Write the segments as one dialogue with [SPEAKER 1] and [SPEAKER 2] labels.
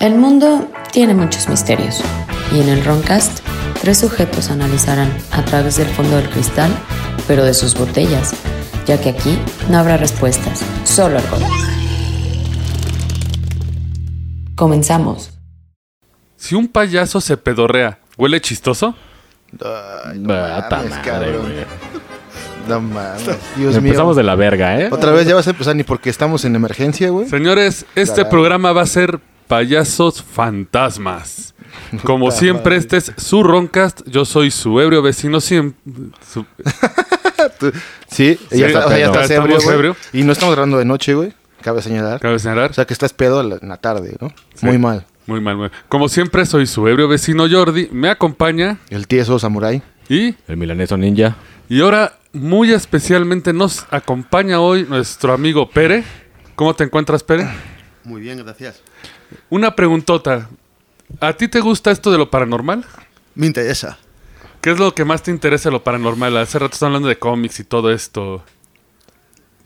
[SPEAKER 1] El mundo tiene muchos misterios y en el Roncast tres sujetos analizarán a través del fondo del cristal, pero de sus botellas, ya que aquí no habrá respuestas, solo algo. Comenzamos.
[SPEAKER 2] Si un payaso se pedorrea, ¿huele chistoso?
[SPEAKER 3] Ay, no
[SPEAKER 4] Ah, ta
[SPEAKER 3] mames,
[SPEAKER 4] madre,
[SPEAKER 3] cabrón.
[SPEAKER 4] güey.
[SPEAKER 3] No mames. Dios mío. Pues
[SPEAKER 4] Empezamos de la verga, ¿eh?
[SPEAKER 3] Otra vez ya vas a empezar ni porque estamos en emergencia, güey.
[SPEAKER 2] Señores, este
[SPEAKER 3] Caray.
[SPEAKER 2] programa va a ser payasos fantasmas. Como
[SPEAKER 3] Puta
[SPEAKER 2] siempre,
[SPEAKER 3] madre.
[SPEAKER 2] este es su Roncast. Yo soy su ebrio vecino siempre.
[SPEAKER 3] Tú- Sí,
[SPEAKER 4] ya
[SPEAKER 3] ya, está,
[SPEAKER 4] está
[SPEAKER 3] o sea, ya
[SPEAKER 4] pedo.
[SPEAKER 3] estás
[SPEAKER 2] Estamos
[SPEAKER 3] ebrio, güey.
[SPEAKER 2] ebrio.
[SPEAKER 3] Y no estamos grabando de noche, güey. Cabe señalar.
[SPEAKER 2] Cabe señalar.
[SPEAKER 3] O sea que estás pedo a la- en la tarde, ¿no?
[SPEAKER 2] Sí.
[SPEAKER 3] Muy mal.
[SPEAKER 2] Muy mal, muy mal. Como siempre, soy su ebrio vecino Jordi. Me acompaña
[SPEAKER 3] El tieso samurái.
[SPEAKER 2] y,
[SPEAKER 4] El milaneso ninja.
[SPEAKER 2] y ahora, muy especialmente, nos acompaña hoy nuestro amigo Pere. ¿Cómo te encuentras, Pere?
[SPEAKER 5] Muy bien, gracias.
[SPEAKER 2] Una preguntota. ¿A ti te gusta esto de lo paranormal?
[SPEAKER 5] Me interesa.
[SPEAKER 2] ¿Qué es lo que más te interesa de lo paranormal? Hace rato están hablando de cómics y todo esto.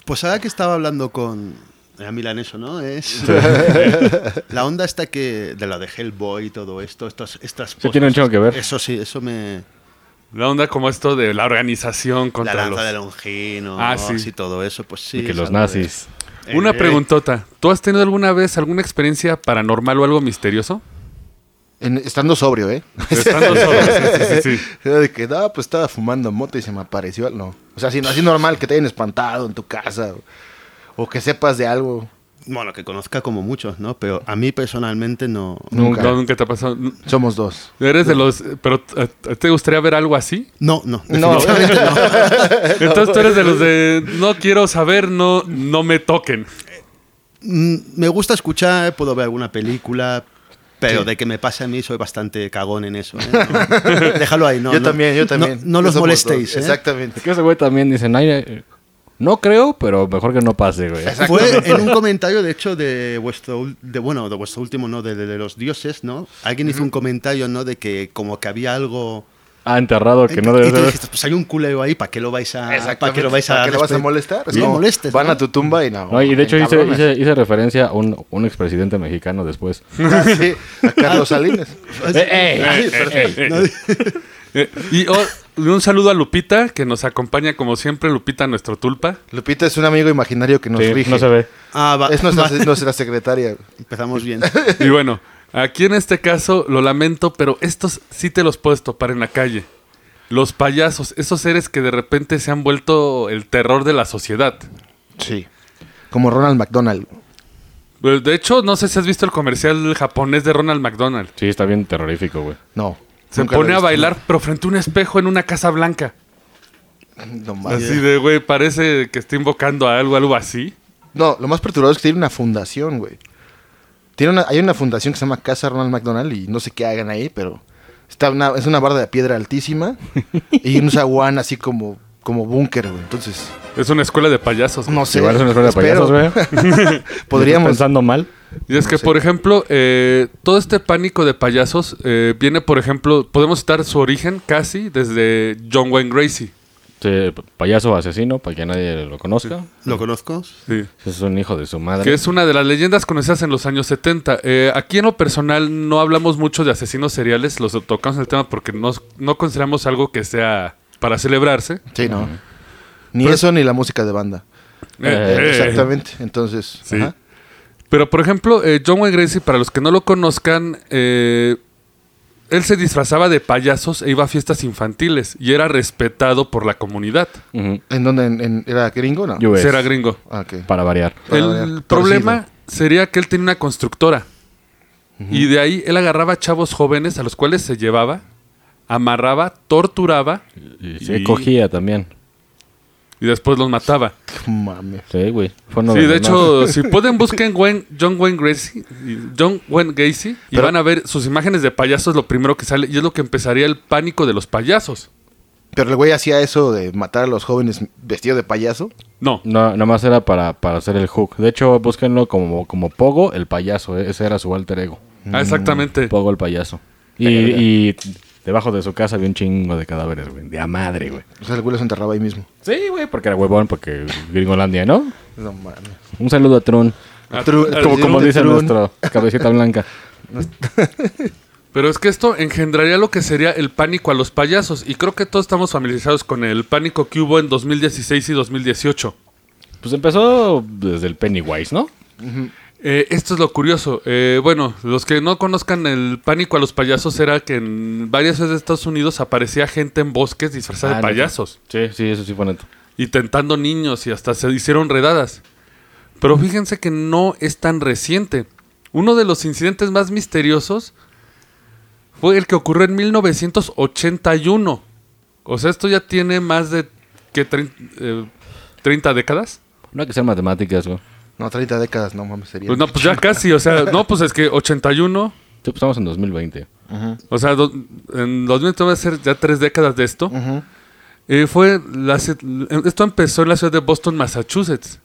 [SPEAKER 5] Pues ahora que estaba hablando con... Era milaneso, ¿no? Es... la onda está que... De la de Hellboy y todo esto, estas... estas
[SPEAKER 4] Sí, tiene un chingo que ver.
[SPEAKER 5] Eso sí, eso me...
[SPEAKER 2] La onda como esto de la organización
[SPEAKER 5] La
[SPEAKER 2] contra
[SPEAKER 5] lanza
[SPEAKER 2] los...
[SPEAKER 5] de Longinos
[SPEAKER 2] Ah, sí.
[SPEAKER 5] y todo eso, pues sí.
[SPEAKER 4] Y que
[SPEAKER 5] es
[SPEAKER 4] los
[SPEAKER 5] algo de-
[SPEAKER 4] nazis.
[SPEAKER 5] Eh,
[SPEAKER 2] Una
[SPEAKER 5] eh,
[SPEAKER 2] preguntota. ¿Tú has tenido alguna vez alguna experiencia paranormal o algo misterioso?
[SPEAKER 3] En- estando sobrio, ¿eh?
[SPEAKER 2] Estando solo. Sí, sí, sí, sí.
[SPEAKER 3] Era de que, no, pues estaba fumando moto y se me apareció. No. O sea, así, así normal que te hayan espantado en tu casa. O, o que sepas de algo.
[SPEAKER 5] Bueno, que conozca como muchos, ¿no? Pero a mí personalmente no...
[SPEAKER 3] Nunca.
[SPEAKER 2] No, nunca te ha pasado. N-
[SPEAKER 3] Somos dos.
[SPEAKER 2] Eres de los... Pero eh, ¿te gustaría ver algo así?
[SPEAKER 5] No, no.
[SPEAKER 3] No,
[SPEAKER 5] definitivamente no.
[SPEAKER 2] Entonces tú eres de los de... No quiero saber, no, no me toquen.
[SPEAKER 5] Mm, Me gusta escuchar, puedo ver alguna película, pero de que me pase a mí soy bastante cagón en eso. ¿eh? No. Déjalo ahí, ¿no?
[SPEAKER 3] yo
[SPEAKER 5] no-
[SPEAKER 3] también, yo también.
[SPEAKER 5] No, no los
[SPEAKER 3] Somos
[SPEAKER 5] molestéis,
[SPEAKER 3] dos.
[SPEAKER 5] ¿eh?
[SPEAKER 3] Exactamente.
[SPEAKER 4] Es que ese güey también dicen, "Ay, eh, no creo, pero mejor que no pase, güey.
[SPEAKER 5] Fue en un comentario, de hecho, de vuestro, ul- de, bueno, de vuestro último, ¿no? De, de- de los dioses, ¿no? Alguien hizo un comentario, ¿no? De que como que había algo...
[SPEAKER 4] Ah, enterrado, que no
[SPEAKER 5] y
[SPEAKER 4] debe
[SPEAKER 5] tú
[SPEAKER 4] ser.
[SPEAKER 5] dijiste, pues hay un culeo ahí, ¿para qué lo vais a... ¿Para
[SPEAKER 3] Exactamente.
[SPEAKER 5] qué lo vais a...
[SPEAKER 3] ¿Para qué lo vas a
[SPEAKER 5] despe-
[SPEAKER 3] molestar? Es
[SPEAKER 5] No
[SPEAKER 3] como,
[SPEAKER 5] molestes,
[SPEAKER 3] Van
[SPEAKER 5] ¿no?
[SPEAKER 3] a tu tumba y no.
[SPEAKER 4] No, y de hecho hice,
[SPEAKER 3] encabronas.
[SPEAKER 4] hice- hice referencia a un, un expresidente mexicano después. eh,
[SPEAKER 3] Ah, sí, a Carlos Salinas. Eh,
[SPEAKER 4] ¡Ey!
[SPEAKER 2] Eh, y oh, un saludo a Lupita, que nos acompaña como siempre. Lupita, nuestro tulpa.
[SPEAKER 3] Lupita es un amigo imaginario que nos
[SPEAKER 4] Sí,
[SPEAKER 3] rige.
[SPEAKER 4] no se ve.
[SPEAKER 5] Ah, va.
[SPEAKER 3] Es nuestra,
[SPEAKER 5] va.
[SPEAKER 3] nuestra secretaria.
[SPEAKER 5] Empezamos bien.
[SPEAKER 2] Y bueno, aquí en este caso lo lamento, pero estos sí te los puedes topar en la calle. Los payasos, esos seres que de repente se han vuelto el terror de la sociedad.
[SPEAKER 3] Sí. Como Ronald McDonald.
[SPEAKER 2] Pues, De hecho, no sé si has visto el comercial japonés de Ronald McDonald.
[SPEAKER 4] Sí, está bien terrorífico, güey.
[SPEAKER 3] No.
[SPEAKER 2] Se
[SPEAKER 3] nunca lo he
[SPEAKER 2] pone a
[SPEAKER 3] visto.
[SPEAKER 2] bailar, pero frente a un espejo en una casa blanca.
[SPEAKER 3] No, mames.
[SPEAKER 2] Así de, güey, parece que está invocando a algo, algo así.
[SPEAKER 3] No, lo más perturbador es que tiene una fundación, güey. Tiene una, hay una fundación que se llama Casa Ronald McDonald y no sé qué hagan ahí, pero está una- es una barda de piedra altísima y un zaguán así como, como búnker, güey. Entonces,
[SPEAKER 2] Es una escuela de payasos.
[SPEAKER 3] no sé.
[SPEAKER 4] Igual es una escuela de
[SPEAKER 3] espero.
[SPEAKER 4] payasos, güey.
[SPEAKER 3] Podríamos.
[SPEAKER 4] Pensando mal.
[SPEAKER 2] Y es que, por ejemplo, eh, todo este pánico de payasos eh, viene, por ejemplo, podemos citar su origen casi desde John Wayne Gracie.
[SPEAKER 4] Sí, payaso asesino, para que nadie lo conozca.
[SPEAKER 5] ¿Lo conozco?
[SPEAKER 2] Sí.
[SPEAKER 4] Es un hijo de su madre.
[SPEAKER 2] Que es una de las leyendas conocidas en los años 70. Eh, aquí en lo personal no hablamos mucho de asesinos seriales, los tocamos en el tema porque no, no consideramos algo que sea para celebrarse.
[SPEAKER 3] Sí, no. Ni eso ni la música de banda.
[SPEAKER 2] Eh, eh.
[SPEAKER 3] Exactamente. Entonces,
[SPEAKER 2] Sí.
[SPEAKER 3] ajá.
[SPEAKER 2] Pero, por ejemplo, eh, John Wayne Gracie, para los que no lo conozcan, eh, él se disfrazaba de payasos e iba a fiestas infantiles y era respetado por la comunidad.
[SPEAKER 4] Ujú.
[SPEAKER 3] ¿En dónde? En, en- ¿Era gringo o no?
[SPEAKER 4] Yo- Pues.
[SPEAKER 2] Será gringo.
[SPEAKER 3] Ah, ok.
[SPEAKER 4] Para variar.
[SPEAKER 3] Para
[SPEAKER 2] el
[SPEAKER 3] variar, torcido.
[SPEAKER 2] problema sería que él tenía una constructora. Y de ahí él agarraba chavos jóvenes a los cuales se llevaba, amarraba, torturaba
[SPEAKER 4] Y se cogía también.
[SPEAKER 2] y después los mataba.
[SPEAKER 3] Mame.
[SPEAKER 4] Sí, güey. Fue
[SPEAKER 2] sí, de
[SPEAKER 4] novedoso.
[SPEAKER 2] hecho, si pueden busquen Wayne- John Wayne Gracie, y- John Wayne Gacy y
[SPEAKER 3] Pero-
[SPEAKER 2] van a ver sus imágenes de payasos lo primero que sale y es lo que empezaría el pánico de los payasos.
[SPEAKER 3] Pero el güey hacía eso de matar a los jóvenes vestido de payaso.
[SPEAKER 2] No,
[SPEAKER 4] No, nada más era para, para hacer el hook. De hecho, búsquenlo como, como Pogo
[SPEAKER 3] Mm.
[SPEAKER 4] el payaso. eh. Ese era su alter ego.
[SPEAKER 2] ah, exactamente.
[SPEAKER 4] Pogo el payaso. Y, y Debajo de su casa había un chingo de cadáveres, güey. De a madre, güey.
[SPEAKER 3] O sea, el güey los enterraba ahí mismo.
[SPEAKER 4] Sí, güey, porque era huevón, porque Gringolandia, ¿no?
[SPEAKER 3] No mames.
[SPEAKER 4] Un saludo a Trun.
[SPEAKER 2] Ah,
[SPEAKER 3] Tru-
[SPEAKER 2] ah,
[SPEAKER 3] tru-
[SPEAKER 2] sí.
[SPEAKER 4] Como
[SPEAKER 3] de
[SPEAKER 4] dice
[SPEAKER 3] Trun.
[SPEAKER 4] nuestro cabecita blanca.
[SPEAKER 2] Pero es que esto engendraría lo que sería el pánico a los payasos. Y creo que todos estamos familiarizados con el pánico que hubo en 2016 y 2018.
[SPEAKER 4] Pues empezó desde el Pennywise, ¿no?
[SPEAKER 2] Eh, esto es lo curioso. Eh, bueno, los que no conozcan el pánico a los payasos era que en varias ciudades de Estados Unidos aparecía gente en bosques disfrazada
[SPEAKER 4] Ah,
[SPEAKER 2] de
[SPEAKER 4] no,
[SPEAKER 2] payasos.
[SPEAKER 4] Sí, sí, eso sí fue neto.
[SPEAKER 2] Y tentando niños y hasta se hicieron redadas. Pero fíjense que no es tan reciente. Uno de los incidentes más misteriosos fue el que ocurrió en 1981. O sea, esto ya tiene más de ¿qué, trein- eh, 30 décadas.
[SPEAKER 4] No hay que ser matemáticas, güey.
[SPEAKER 3] No, 30 décadas, no mames, sería.
[SPEAKER 2] Pues no, pues ya casi, o sea, no, pues es que 81,
[SPEAKER 4] Sí, pues estamos en 2020.
[SPEAKER 2] o sea, do- en 2020 va a ser ya tres décadas de esto.
[SPEAKER 3] Ujú.
[SPEAKER 2] Eh, fue la ci- em, esto empezó en la ciudad de Boston, Massachusetts,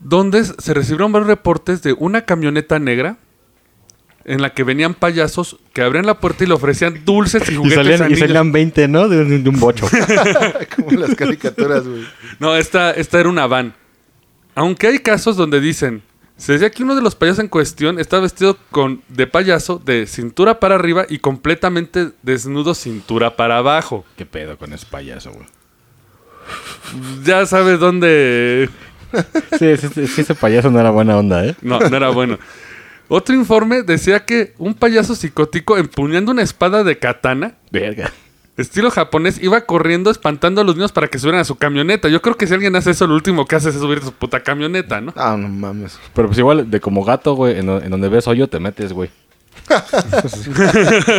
[SPEAKER 2] donde s- se recibieron varios reportes de una camioneta negra en la que venían payasos que abrían la puerta y le ofrecían dulces y
[SPEAKER 4] Y
[SPEAKER 2] juguetes a
[SPEAKER 4] salían, y
[SPEAKER 2] niños.
[SPEAKER 4] salían 20, ¿no? De, un- de un bocho.
[SPEAKER 3] Como las caricaturas, güey.
[SPEAKER 2] No, esta, esta era una van. Aunque hay casos donde dicen, se decía que uno de los payasos en cuestión está vestido con, de payaso de cintura para arriba y completamente desnudo cintura para abajo.
[SPEAKER 4] ¿Qué pedo con ese payaso, güey?
[SPEAKER 2] Ya sabes dónde...
[SPEAKER 4] Sí, sí, sí, sí, ese payaso no era buena onda, ¿eh?
[SPEAKER 2] No, no era bueno. Otro informe decía que un payaso psicótico empuñando una espada de katana,
[SPEAKER 4] Verga.
[SPEAKER 2] estilo japonés, iba corriendo espantando a los niños para que subieran a su camioneta. Yo creo que si alguien hace eso, lo último que hace es subir a su puta camioneta, ¿no?
[SPEAKER 3] Ah, no mames.
[SPEAKER 4] Pero pues igual, de como gato, güey, en, do- en donde ves hoyo te metes, güey.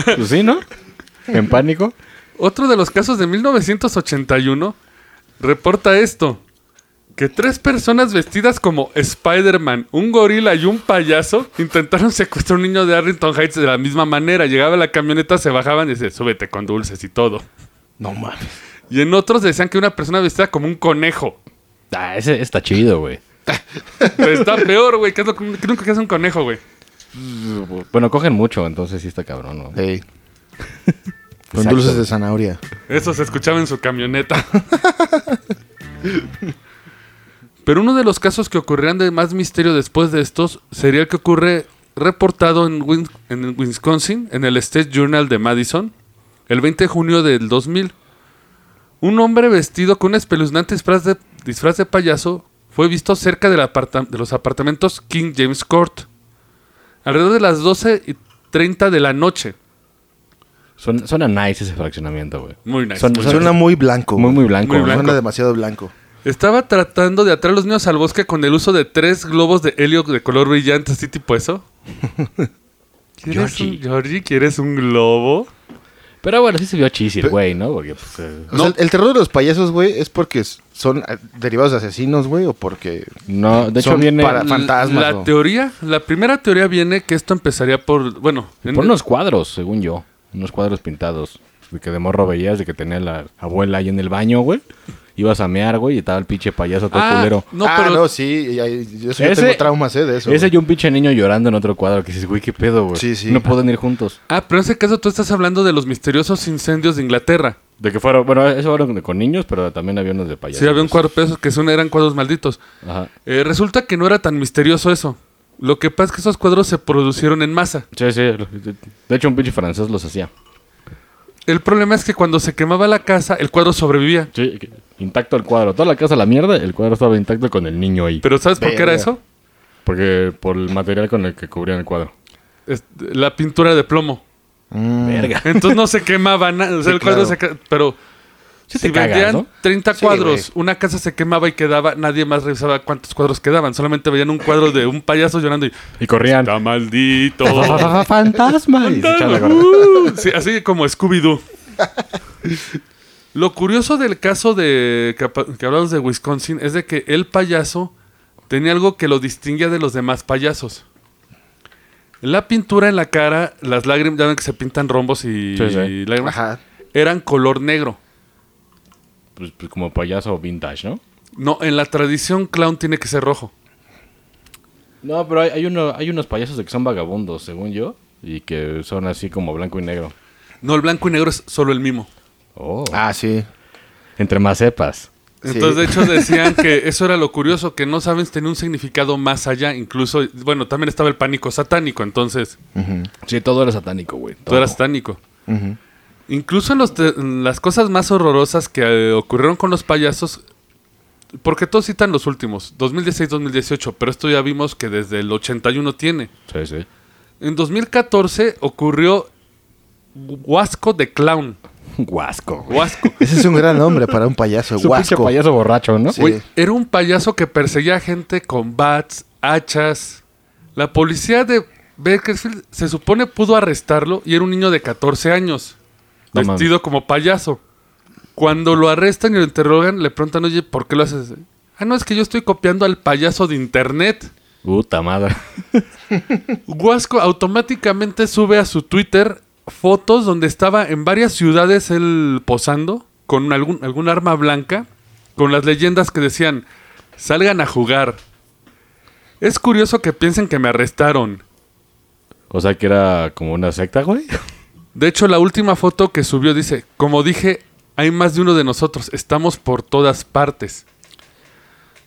[SPEAKER 4] pues sí, ¿no? En pánico.
[SPEAKER 2] Otro de los casos de 1981 reporta esto. Que tres personas vestidas como Spider-Man, un gorila y un payaso intentaron secuestrar a un niño de Arlington Heights de la misma manera. Llegaba la camioneta, se bajaban y decían, súbete con dulces y todo.
[SPEAKER 3] No mames.
[SPEAKER 2] Y en otros decían que una persona vestida como un conejo.
[SPEAKER 4] Ah, ese está chido, güey.
[SPEAKER 2] Pero está peor, güey. ¿Qué es lo que que nunca que hace un conejo, güey?
[SPEAKER 4] Bueno, cogen mucho, entonces sí está cabrón, ¿no?
[SPEAKER 3] Ey. Con
[SPEAKER 4] Exacto.
[SPEAKER 3] dulces de zanahoria.
[SPEAKER 2] Eso se escuchaba en su camioneta. Pero uno de los casos que ocurrirán de más misterio después de estos sería el que ocurre reportado en, Win- en Wisconsin, en el State Journal de Madison, el 20 de junio del 2000. Un hombre vestido con un espeluznante disfraz de, disfraz de payaso fue visto cerca del aparta- de los apartamentos King James Court, alrededor de las 12 y 30 de la noche.
[SPEAKER 4] Suena, suena nice ese fraccionamiento, güey.
[SPEAKER 2] Muy nice,
[SPEAKER 4] Suena,
[SPEAKER 2] muy
[SPEAKER 4] suena
[SPEAKER 3] Suena muy blanco.
[SPEAKER 4] muy,
[SPEAKER 3] güey.
[SPEAKER 4] muy blanco.
[SPEAKER 2] Muy
[SPEAKER 4] ¿no?
[SPEAKER 2] blanco.
[SPEAKER 3] Suena demasiado blanco.
[SPEAKER 2] Estaba tratando de atraer a los niños al bosque con el uso de tres globos de helio de color brillante, así tipo eso. ¿Quieres
[SPEAKER 4] Georgie.
[SPEAKER 2] Un, Georgie, ¿quieres un globo?
[SPEAKER 4] Pero bueno, sí se vio chis el güey, ¿no? Porque pues, eh,
[SPEAKER 3] O sea, el- el terror de los payasos, güey, es porque s- son eh, derivados de asesinos, güey, o porque.
[SPEAKER 4] no, de hecho
[SPEAKER 3] Son
[SPEAKER 4] viene
[SPEAKER 3] para-
[SPEAKER 2] L-
[SPEAKER 3] fantasmas,
[SPEAKER 2] La
[SPEAKER 3] ¿no?
[SPEAKER 2] teoría, la primera teoría viene que esto empezaría por, bueno, en-
[SPEAKER 4] por unos cuadros, según yo, unos cuadros pintados de que de morro veías de que tenía la abuela ahí en el baño, güey. Ibas a mear, güey, y estaba el pinche payaso todo
[SPEAKER 2] Ah,
[SPEAKER 4] culero.
[SPEAKER 2] no,
[SPEAKER 3] ah,
[SPEAKER 2] pero
[SPEAKER 3] no, sí. y ahí- yo, eso yo
[SPEAKER 4] Ese-
[SPEAKER 3] tengo traumas, eh, de eso.
[SPEAKER 4] Ese
[SPEAKER 3] güey.
[SPEAKER 4] y un pinche niño llorando en otro cuadro que dices, güey, qué pedo, güey.
[SPEAKER 3] Sí, sí.
[SPEAKER 4] No pueden ir juntos.
[SPEAKER 2] Ah, pero en ese caso tú estás hablando de los misteriosos incendios de Inglaterra.
[SPEAKER 4] De que fueron, bueno, eso fueron con niños, pero también había unos de payasos.
[SPEAKER 2] Sí, había un cuadro pesos que son, eran cuadros malditos.
[SPEAKER 4] Ajá.
[SPEAKER 2] Eh, resulta que no era tan misterioso eso. Lo que pasa es que esos cuadros se producieron en masa.
[SPEAKER 4] Sí, sí. De hecho, un pinche francés los hacía.
[SPEAKER 2] El problema es que cuando se quemaba la casa, el cuadro sobrevivía.
[SPEAKER 4] Sí, que- intacto el cuadro. Toda la casa a la mierda, el cuadro estaba intacto con el niño ahí.
[SPEAKER 2] Pero ¿sabes por qué era
[SPEAKER 3] Verga.
[SPEAKER 2] eso?
[SPEAKER 4] Porque por el material con el que cubrían el cuadro.
[SPEAKER 2] Es- la pintura de plomo.
[SPEAKER 3] Mm.
[SPEAKER 4] Verga.
[SPEAKER 2] Entonces no se quemaba nada. O sea,
[SPEAKER 3] Sí,
[SPEAKER 2] el cuadro
[SPEAKER 3] claro.
[SPEAKER 2] se ca- Pero
[SPEAKER 4] Sí
[SPEAKER 2] si
[SPEAKER 4] te cagas,
[SPEAKER 2] vendían
[SPEAKER 4] ¿no?
[SPEAKER 2] 30
[SPEAKER 3] Sí,
[SPEAKER 2] cuadros, una casa se quemaba y quedaba, nadie más revisaba cuántos cuadros quedaban. Solamente veían un cuadro de un payaso llorando y
[SPEAKER 4] Y corrían.
[SPEAKER 2] ¡Está maldito!
[SPEAKER 4] ¡Fantasma! Y se echaban a correr.
[SPEAKER 2] Uh, sí, así como Scooby-Doo. Lo curioso del caso de que, apa- que hablamos de Wisconsin es de que el payaso tenía algo que lo distinguía de los demás payasos. La pintura en la cara, las lágrimas, ya ven que se pintan rombos y,
[SPEAKER 4] Sí, sí.
[SPEAKER 2] y lágrimas,
[SPEAKER 3] Ajá.
[SPEAKER 2] eran color negro.
[SPEAKER 4] Pues, pues como payaso vintage, ¿no?
[SPEAKER 2] No, en la tradición clown tiene que ser rojo.
[SPEAKER 4] No, pero hay, hay, uno, hay unos payasos de que son vagabundos, según yo, y que son así como blanco y negro.
[SPEAKER 2] No, el blanco y negro es solo el mimo.
[SPEAKER 4] Oh.
[SPEAKER 3] Ah, sí.
[SPEAKER 4] Entre más cepas.
[SPEAKER 3] Sí.
[SPEAKER 2] Entonces, de hecho, decían que eso era lo curioso, que no saben si tenía un significado más allá. Incluso, bueno, también estaba el pánico satánico, entonces,
[SPEAKER 4] Sí, todo era satánico, güey.
[SPEAKER 2] tú
[SPEAKER 4] todo.
[SPEAKER 2] eras satánico.
[SPEAKER 3] Ujú.
[SPEAKER 2] Incluso en los te- en las cosas más horrorosas que eh, ocurrieron con los payasos, porque todos citan los últimos, 2016-2018, pero esto ya vimos que desde el 81 tiene.
[SPEAKER 4] Sí, sí.
[SPEAKER 2] En 2014 ocurrió Huasco de Clown.
[SPEAKER 4] Guasco. güey.
[SPEAKER 2] Huasco.
[SPEAKER 3] Ese es un gran nombre para un payaso,
[SPEAKER 4] Es un pinche
[SPEAKER 3] guasco.
[SPEAKER 4] payaso borracho, ¿no?
[SPEAKER 3] Sí.
[SPEAKER 2] Güey, era un payaso que perseguía a gente con bats, hachas. La policía de Bakersfield se supone pudo arrestarlo y era un niño de 14 años,
[SPEAKER 4] No
[SPEAKER 2] vestido como payaso. Cuando lo arrestan y lo interrogan, le preguntan, oye, ¿por qué lo haces? Ah, no, es que yo estoy copiando al payaso de internet.
[SPEAKER 4] Puta madre.
[SPEAKER 2] Huasco automáticamente sube a su Twitter fotos donde estaba en varias ciudades él posando con algún, algún arma blanca, con las leyendas que decían, salgan a jugar. Es curioso que piensen que me arrestaron.
[SPEAKER 4] O sea que era como una secta, güey.
[SPEAKER 2] De hecho, la última foto que subió dice, como dije, hay más de uno de nosotros, estamos por todas partes.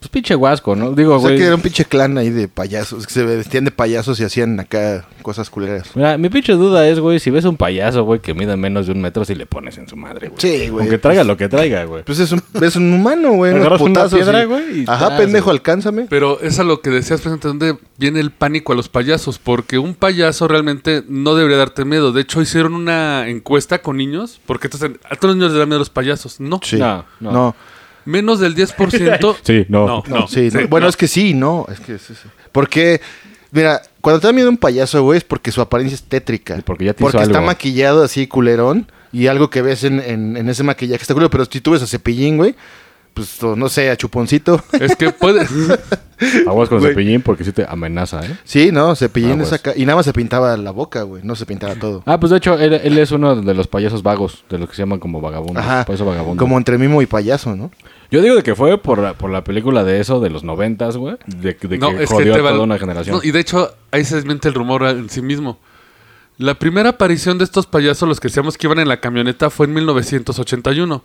[SPEAKER 4] Pues pinche guasco, ¿no? Digo,
[SPEAKER 3] O sea
[SPEAKER 4] güey.
[SPEAKER 3] que era un pinche clan ahí de payasos, que se vestían de payasos y hacían acá cosas culeras.
[SPEAKER 4] Mira, mi pinche duda es, güey, si ves un payaso, güey, que mida menos de un metro, si le pones en su madre, güey.
[SPEAKER 3] Sí, güey.
[SPEAKER 4] Aunque traiga lo que traiga, güey.
[SPEAKER 3] Pues es un, es un humano, güey. unos
[SPEAKER 4] Agarras una
[SPEAKER 3] putazos
[SPEAKER 4] piedra,
[SPEAKER 3] y-
[SPEAKER 4] güey, y
[SPEAKER 3] Ajá,
[SPEAKER 4] tras,
[SPEAKER 3] pendejo,
[SPEAKER 4] güey.
[SPEAKER 3] alcánzame.
[SPEAKER 2] Pero es a lo que decías, presidente, donde viene el pánico a los payasos, porque un payaso realmente no debería darte miedo. De hecho, hicieron una encuesta con niños, porque entonces, a todos los niños les dan miedo los payasos. No,
[SPEAKER 3] Sí.
[SPEAKER 4] No, no.
[SPEAKER 3] no.
[SPEAKER 2] menos del 10%.
[SPEAKER 4] Sí, no.
[SPEAKER 3] No, sí, no. Bueno,
[SPEAKER 2] no.
[SPEAKER 3] es que sí, no. Es que es- es- Porque, mira, cuando te da miedo un payaso, güey, es porque su apariencia es tétrica.
[SPEAKER 4] Y porque ya te hizo
[SPEAKER 3] Porque está
[SPEAKER 4] algo.
[SPEAKER 3] maquillado así, culerón. Y algo que ves en, en- en ese maquillaje está culero. Pero si tú ves a Cepillín, güey, pues o no sé, a Chuponcito.
[SPEAKER 2] Es que puede.
[SPEAKER 4] Aguas con
[SPEAKER 3] Güey.
[SPEAKER 4] cepillín porque sí te amenaza, ¿eh?
[SPEAKER 3] Sí, no, Cepillín
[SPEAKER 4] Ah,
[SPEAKER 3] es
[SPEAKER 4] pues.
[SPEAKER 3] acá. Y nada más se pintaba la boca, güey. No se pintaba todo.
[SPEAKER 4] Ah, pues de hecho, él, él es uno de los payasos vagos, de los que se llaman como vagabundos.
[SPEAKER 3] Ajá.
[SPEAKER 4] Payaso vagabundo.
[SPEAKER 3] Como entre mimo y payaso, ¿no?
[SPEAKER 4] Yo digo de que fue por la, por la película de eso, de los noventas, güey. De, de
[SPEAKER 2] no,
[SPEAKER 4] que
[SPEAKER 2] es que
[SPEAKER 4] jodió
[SPEAKER 2] te
[SPEAKER 4] a
[SPEAKER 2] va-
[SPEAKER 4] toda una generación.
[SPEAKER 2] No, y de hecho, ahí se desmiente el rumor en sí mismo. La primera aparición de estos payasos, los que decíamos que iban en la camioneta, fue en 1981.